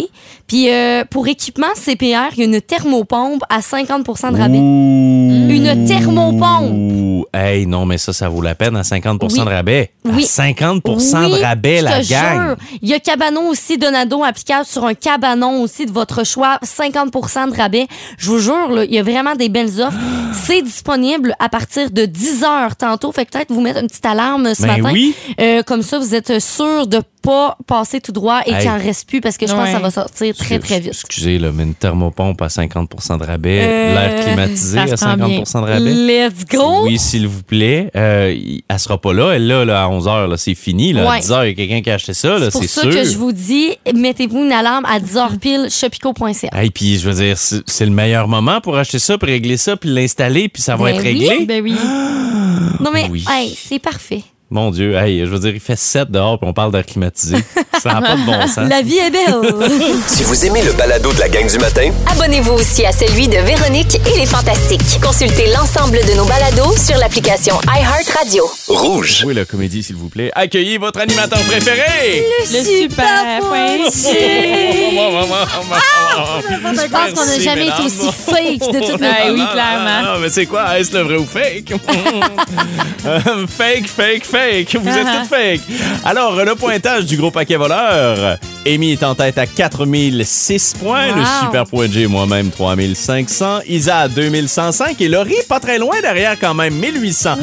S3: Puis euh, pour équipement CPR, il y a une thermopompe à 50 de rabais. Une thermopompe.
S2: Ouh. Hey, non, mais ça, ça vaut la peine hein, à 50 de
S3: Oui.
S2: rabais. À
S3: Oui.
S2: 50
S3: Oui,
S2: de rabais,
S3: je
S2: la
S3: te
S2: gang.
S3: jure. Il y a Cabanon aussi, Donado, applicable sur un Cabanon aussi de votre choix. 50 de rabais. Je vous jure, là, il y a vraiment des belles offres. C'est disponible à partir de 10 heures tantôt. Fait que peut-être vous mettre une petite alarme ce
S2: Ben
S3: matin.
S2: oui.
S3: Euh, comme ça, vous êtes sûr de pas passer tout droit et
S2: Hey.
S3: qu'il en reste plus parce que je pense
S4: Ouais.
S3: que ça va sortir très, très vite.
S2: Excusez, là, mais une thermopompe à 50 de rabais,
S3: Euh,
S2: l'air climatisé
S4: ça se
S2: à 50 de rabais.
S3: Let's go!
S2: Oui, s'il vous plaît. Euh, y- elle sera pas là, elle là, là à 11 h là, c'est fini. Là.
S3: Ouais.
S2: À 10 h il y a quelqu'un qui a acheté ça, là, c'est
S3: C'est pour ça
S2: sûr.
S3: que je vous dis, mettez-vous une alarme à 10h pile, shopico.ca.
S2: Hey, puis je veux dire, c'est c'est le meilleur moment pour acheter ça, puis régler ça, puis l'installer, puis ça va
S3: Ben
S2: être
S3: oui.
S2: réglé.
S4: Ben oui.
S3: Non mais,
S2: Ah Oui.
S3: hey, c'est parfait.
S2: Mon Dieu, hey, je veux dire, il fait 7 dehors, puis on parle d'air climatisé. ça n'a pas de bon sens.
S3: La vie est belle!
S5: Si vous aimez le balado de la gang du matin,
S1: Abonnez-vous aussi à celui de Véronique et les Fantastiques. Consultez l'ensemble de nos balados sur l'application iHeartRadio.
S5: rouge.
S2: Jouez la comédie, s'il vous plaît. Accueillez votre animateur préféré!
S4: Le super pointier.
S3: Je pense qu'on n'a
S2: Merci,
S3: jamais été
S2: mesdames.
S3: aussi fake de toute
S4: Ben
S3: notre
S4: oui,
S3: vie.
S4: clairement.
S2: Ah, mais c'est quoi? Est-ce le vrai ou fake? Euh, fake, fake, fake. Vous
S4: Uh-huh.
S2: êtes toutes fake. Alors, le pointage du gros paquet voleur. Amy est en tête à 4006 points. Le
S3: Wow.
S2: super point G, moi-même, 3500. Isa à 2105. Et Laurie, pas très loin derrière quand même, 1800.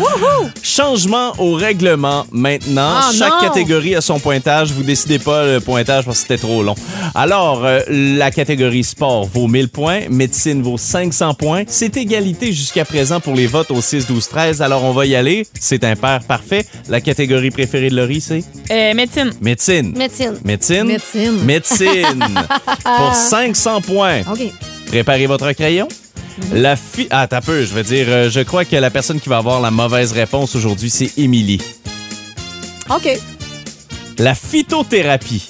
S2: Changement au règlement maintenant.
S4: Ah,
S2: Chaque
S4: non.
S2: catégorie a son pointage. Vous décidez pas le pointage parce que c'était trop long. Alors, euh, la catégorie sport vaut 1000 points, médecine vaut 500 points. C'est égalité jusqu'à présent pour les votes au 6, 12, 13. Alors, on va y aller. C'est impair, parfait. La catégorie préférée de Laurie, c'est
S4: Euh, médecine.
S2: médecine.
S3: Médecine.
S2: Médecine.
S3: Médecine.
S2: Médecine. pour 500 points.
S3: OK. Mhm.
S2: Préparez votre crayon. La fille. Ah, t'as peu, je veux dire, euh, je crois que la personne qui va avoir la mauvaise réponse aujourd'hui, c'est Émilie.
S3: OK.
S2: La phytothérapie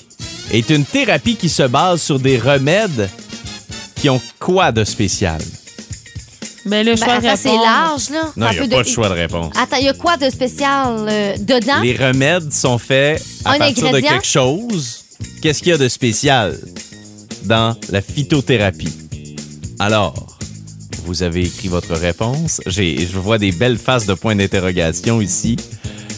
S2: est une thérapie qui se base sur des remèdes qui ont quoi de spécial?
S4: Ben, le
S3: Ben,
S4: choix de
S3: attends, c'est large,
S4: réponse.
S3: là.
S2: Non,
S3: Un
S2: il n'y
S3: peu
S2: a pas de choix de réponse.
S3: Attends, il y a quoi de spécial euh,
S6: Hein?
S3: dedans?
S2: Les remèdes sont faits à
S3: Un
S2: partir de
S3: ingrédient?
S2: quelque chose. Qu'est-ce qu'il y a de spécial dans la phytothérapie? Alors, vous avez écrit votre réponse. J'ai, je vois des belles faces de points d'interrogation ici.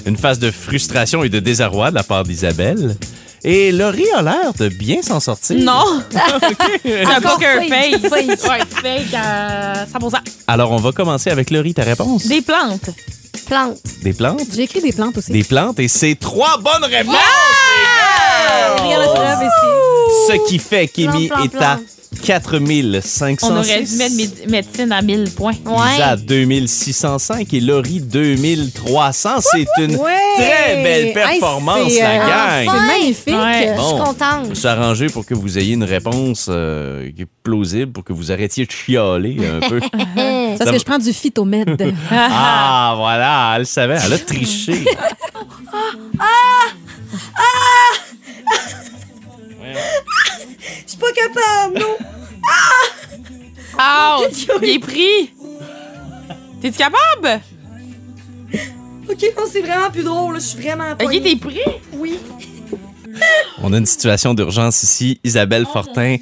S2: Une face de frustration et de désarroi de la part d'Isabelle. Et Laurie a l'air de bien s'en sortir.
S4: Non!
S2: OK.
S4: C'est un
S3: Encore
S4: poker
S3: fake,
S4: face.
S3: fake.
S4: Ouais, fake à 100%.
S2: Alors, on va commencer avec Laurie, ta réponse.
S4: Des plantes.
S3: Plantes.
S2: Des plantes?
S6: J'ai écrit des plantes aussi.
S2: Des plantes. Et c'est trois bonnes réponses!
S4: Ah!
S6: Rien à trouver ici.
S2: Ce qui fait qu'Émy
S3: Plan, plan,
S2: est à 4506.
S4: On aurait dû mettre méde- médecine à 1000 points.
S3: Ouais.
S2: Lisa 2605 et Laurie 2300. C'est une
S6: Ouais!
S2: très belle
S6: Hey,
S2: performance,
S6: c'est,
S2: la
S6: euh,
S2: gang.
S6: C'est
S3: Ah, Ouais.
S6: magnifique.
S4: Ouais.
S3: Je suis
S2: Bon.
S3: contente.
S2: Je me suis arrangé pour que vous ayez une réponse euh, qui est plausible, pour que vous arrêtiez de chialer un peu.
S3: Eh,
S6: C'est Parce que je prends du phytomède.
S2: ah, voilà, elle savait, elle a triché.
S6: Je suis pas capable, non.
S4: Ah! Il est pris! T'es-tu capable?
S6: OK, non, c'est vraiment plus drôle. Je suis vraiment
S4: Ok, t'es pris?
S2: On a une situation d'urgence ici.
S4: Oh,
S2: Isabelle Fortin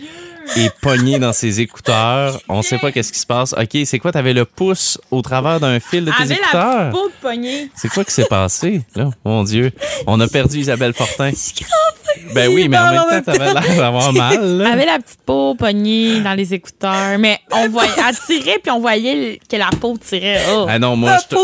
S2: est pognée dans ses écouteurs. On sait pas qu'est-ce qui se passe. OK, c'est quoi? T'avais le pouce au travers d'un fil de tes
S4: Avec la
S2: écouteurs?
S4: peau de poignée.
S2: C'est quoi qui s'est passé? Là, mon Dieu, on a perdu Isabelle Fortin. Ben oui, mais en même temps, t'avais l'air d'avoir mal. là.
S4: Avec la petite peau poignée dans les écouteurs. Mais on voyait, elle tirait, puis on voyait le- que la peau tirait. Oh.
S2: Ah non, moi, je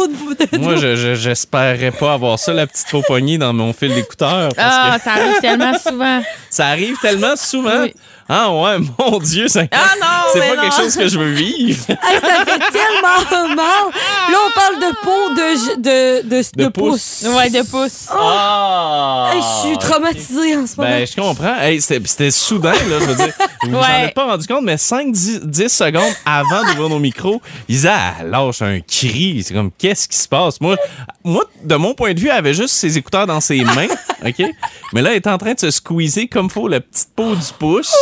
S2: te- moi, je- je- j'espérais pas avoir ça, la petite peau poignée dans mon fil d'écouteur. Parce
S4: Ah,
S2: que
S4: ça arrive tellement souvent.
S2: ça arrive tellement souvent.
S4: Oui.
S2: Ah ouais, mon Dieu, ça-
S4: Ah non,
S2: c'est
S4: mais
S2: pas
S4: non.
S2: quelque chose que je veux vivre.
S6: Hey, ça fait tellement mal. Là, on parle de peau de, de, de, de,
S2: De pouce.
S6: pouce.
S4: Ouais, de pouce.
S2: Ah!
S6: Hey, je suis traumatisée en ce moment.
S2: Ben, je comprends. Hey, c'était c'était soudain, là, je veux dire. Vous vous en
S4: Ouais.
S2: êtes pas rendu compte, mais 5, 10, 10 secondes avant d'ouvrir nos micros, Isa elle lâche un cri. C'est comme, qu'est-ce qui se passe? Moi, moi, de mon point de vue, elle avait juste ses écouteurs dans ses mains, OK? Mais là, elle est en train de se squeezer comme faut la petite peau du pouce,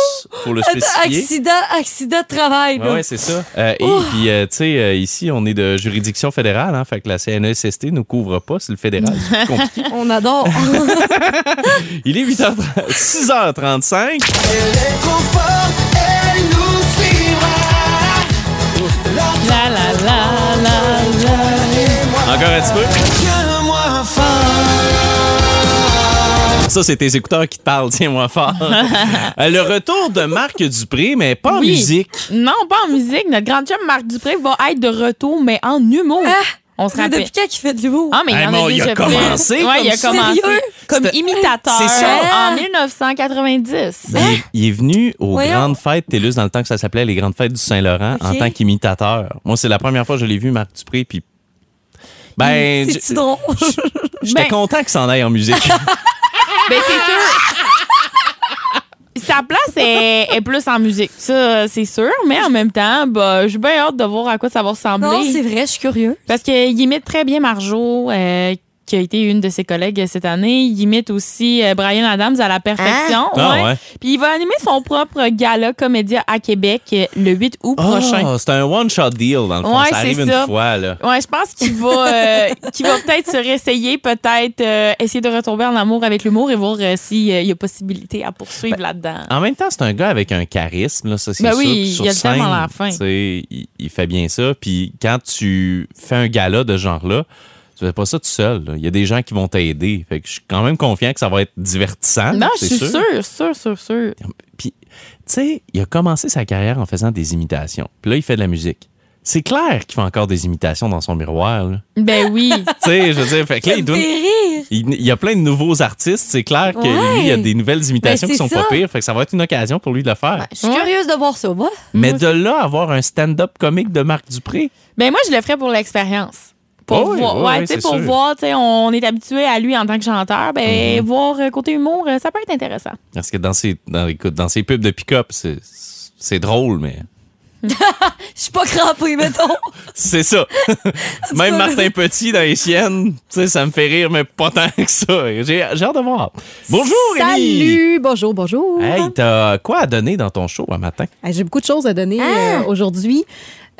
S2: pour le
S6: Attends,
S2: spécifier.
S6: accident, accident de travail.
S2: Ouais,
S3: Ah
S6: là.
S2: ouais, c'est ça. Euh, et puis, euh, tu sais, euh, ici, on est de juridiction fédérale, hein, fait que la CNESST nous couvre pas, c'est le fédéral, c'est plus compliqué.
S6: On adore.
S2: Il est 8h30, 6h35.
S4: La la la la la.
S2: Encore un petit peu. Ça, c'est tes écouteurs qui te parlent, tiens-moi fort. Euh, Le retour de Marc Dupré, mais pas en
S4: Oui.
S2: musique.
S4: Non, pas en musique. Notre grand chum Marc Dupré va être de retour, mais en humour. On se
S6: Ah! Mais
S4: rappelle.
S6: depuis quand il fait de l'humour?
S4: Ah, mais il
S2: Hey,
S4: y en
S2: mon,
S4: a
S2: il
S4: déjà
S2: a
S4: fait.
S2: commencé
S4: Ouais,
S2: comme
S4: il a
S2: ça.
S4: commencé.
S6: Sérieux?
S4: Comme
S2: C'était-
S4: imitateur.
S2: C'est ça.
S4: En 1990.
S2: Il, est- il est venu aux
S6: Voyons.
S2: grandes fêtes TELUS dans le temps que ça s'appelait les grandes fêtes du Saint-Laurent en
S6: Ok.
S2: tant qu'imitateur. Moi, c'est la première fois que je l'ai vu, Marc Dupré, puis... Ben,
S6: C'est-tu drôle?
S2: j- j'étais
S4: Ben-
S2: content que ça en aille en musique.
S4: Ben, c'est sûr. Sa place est, est plus en musique, ça c'est sûr, mais en même temps, bah, j'ai bien hâte de voir à quoi ça va ressembler.
S6: non, c'est vrai, je suis curieux.
S4: Parce qu'il imite très bien Marjo, euh, qui a été une de ses collègues cette année. Il imite aussi euh, Brian Adams à la perfection.
S2: Ah,
S4: ouais.
S2: ouais.
S4: Puis il va animer son propre gala comédia à Québec euh, le 8 août prochain.
S2: Oh, c'est un one-shot deal, dans le fond.
S4: Ouais,
S2: ça arrive
S4: c'est
S2: une
S4: ça.
S2: fois, là.
S4: Ouais, je pense qu'il va, euh, qu'il va peut-être se réessayer, peut-être euh, essayer de retomber en amour avec l'humour et voir euh, s'il y a possibilité à
S2: Ben,
S4: poursuivre là-dedans.
S2: En même temps, c'est un gars avec un charisme, là, ça c'est
S4: Ben
S2: sûr.
S4: oui,
S2: Puis sur
S4: il a le
S2: scène,
S4: talent à la fin.
S2: tu sais, Il, il fait bien ça. Puis quand tu fais un gala de ce genre-là, tu fais pas ça tout seul. là. Il y a des gens qui vont t'aider. Fait que je suis quand même confiant que ça va être divertissant.
S4: Non, je
S2: ah, c'est
S4: suis sûre, sûre, sûre, sûre.
S2: Puis, tu sais, il a commencé sa carrière en faisant des imitations. Puis là, il fait de la musique. C'est clair qu'il fait encore des imitations dans son miroir. là.
S4: Ben oui.
S2: Tu sais, je veux dire, fait que là, il doit-
S6: rire.
S2: il il y a plein de nouveaux artistes. C'est clair que
S6: Ouais.
S2: lui, il y a des nouvelles imitations
S6: Ben,
S2: qui
S6: c'est
S2: sont pas
S6: ça.
S2: pires. Fait que ça va être une occasion pour lui de le faire.
S6: Je suis curieuse de voir ça, moi.
S2: Mais de là, à avoir un stand-up comique de Marc Dupré.
S4: Ben moi, je le ferais pour l'expérience. Pour
S2: Ah oui,
S4: voir,
S2: oui,
S4: ouais,
S2: oui,
S4: tu sais,
S2: c'est
S4: pour
S2: sûr.
S4: voir, tu sais, on est habitué à lui en tant que chanteur, ben
S2: Mm-hmm.
S4: voir euh, côté humour, euh, ça peut être intéressant.
S2: Parce que dans ses, dans, écoute, dans ses pubs de pick-up, c'est- c'est drôle, mais.
S6: Je suis pas crampée, mettons.
S2: C'est ça. Même Martin Petit dans les siennes, tu sais, ça me fait rire, mais pas tant que ça. J'ai j'ai hâte de voir. Bonjour, Émilie!
S6: Salut, bonjour, bonjour.
S2: Hey, t'as quoi à donner dans ton show un matin?
S4: Ah.
S6: Hey, J'ai beaucoup de choses à donner euh, aujourd'hui.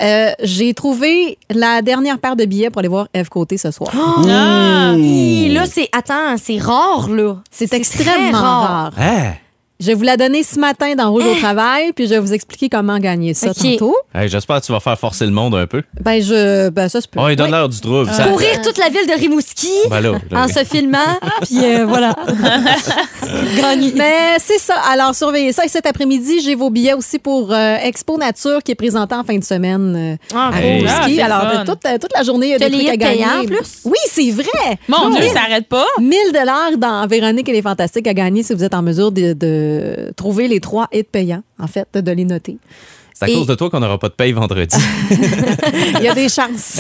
S7: Euh, j'ai trouvé la dernière paire de billets pour aller voir Eve Côté ce soir.
S4: Ah!
S3: Puis là, c'est. Attends, c'est rare, là.
S7: C'est
S3: très
S7: extrêmement rare.
S2: Hein?
S7: Je vous la donnée ce matin dans Rouge au travail, puis je vais vous expliquer comment gagner ça
S3: Eh! Ok.
S7: tantôt.
S2: Hey, J'espère que tu vas faire forcer le monde un peu.
S7: Ben, je, ben ça se peut.
S2: Oh, et donne-leur du
S6: Euh,
S2: trouble. ça-
S3: Courir toute la ville de Rimouski
S2: Ben là, là,
S3: en se filmant, puis euh, voilà. Gagner.
S7: Mais Ben, c'est ça. Alors, surveillez ça. Et cet après-midi, j'ai vos billets aussi pour euh, Expo Nature qui est présentée en fin de semaine euh,
S3: Ah,
S7: à
S2: cool.
S7: Rimouski.
S4: Ah, c'est
S7: Alors,
S4: le fun.
S7: toute, euh, toute la journée, il y a
S3: T'as
S7: des
S3: les
S7: trucs à
S3: hits payants,
S7: gagner.
S3: en plus?
S7: Oui, c'est vrai.
S4: Mon
S7: Non,
S4: Dieu,
S7: mais-
S4: ça arrête pas.
S7: 1000 dollars dans Véronique et les Fantastiques à gagner si vous êtes en mesure de, de trouver les trois hits payants, en fait, de les noter.
S2: C'est à cause de toi qu'on n'aura pas de paye vendredi.
S7: Il y a des chances.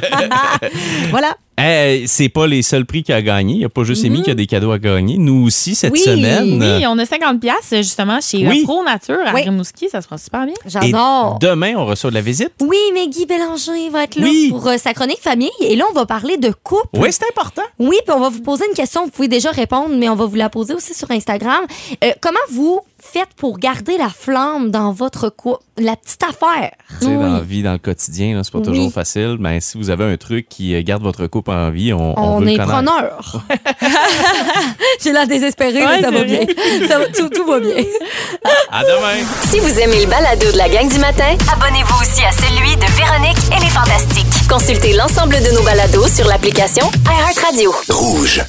S7: voilà.
S2: Hey, Eh, c'est pas les seuls prix qu'il a gagné. Il n'y a pas juste Émy qui a
S3: Mhm.
S2: des cadeaux à gagner. Nous aussi, cette
S7: Oui,
S2: semaine.
S4: Oui, on a 50 pièces justement chez euh,
S2: Oui.
S4: Pro Nature à
S7: Oui.
S4: Rimouski, ça se prend super bien.
S2: Et
S3: J'adore.
S2: demain, on reçoit de la visite.
S3: Oui, mais Guy Bélanger va être là
S2: Oui.
S3: pour euh, sa chronique famille. Et là, on va parler de couple.
S2: Oui, c'est important.
S3: Oui, puis on va vous poser une question. Vous pouvez déjà répondre, mais on va vous la poser aussi sur Instagram. Euh, comment vous faites pour garder la flamme dans votre couple? La petite affaire.
S2: Tu sais, dans la vie, dans le quotidien, là, c'est pas
S3: Oui.
S2: toujours facile. Mais si vous avez un truc qui euh, garde votre couple en vie, on, on
S3: On,
S2: veut le
S3: est
S2: connaître.
S3: preneur. J'ai l'air désespérée,
S4: Ouais,
S3: mais ça
S4: c'est
S3: va bien.
S4: vrai.
S3: Ça va- tout, tout va bien.
S2: À demain!
S1: Si vous aimez le balado de la gang du matin, abonnez-vous aussi à celui de Véronique et les Fantastiques. Consultez l'ensemble de nos balados sur l'application iHeartRadio.
S5: Rouge.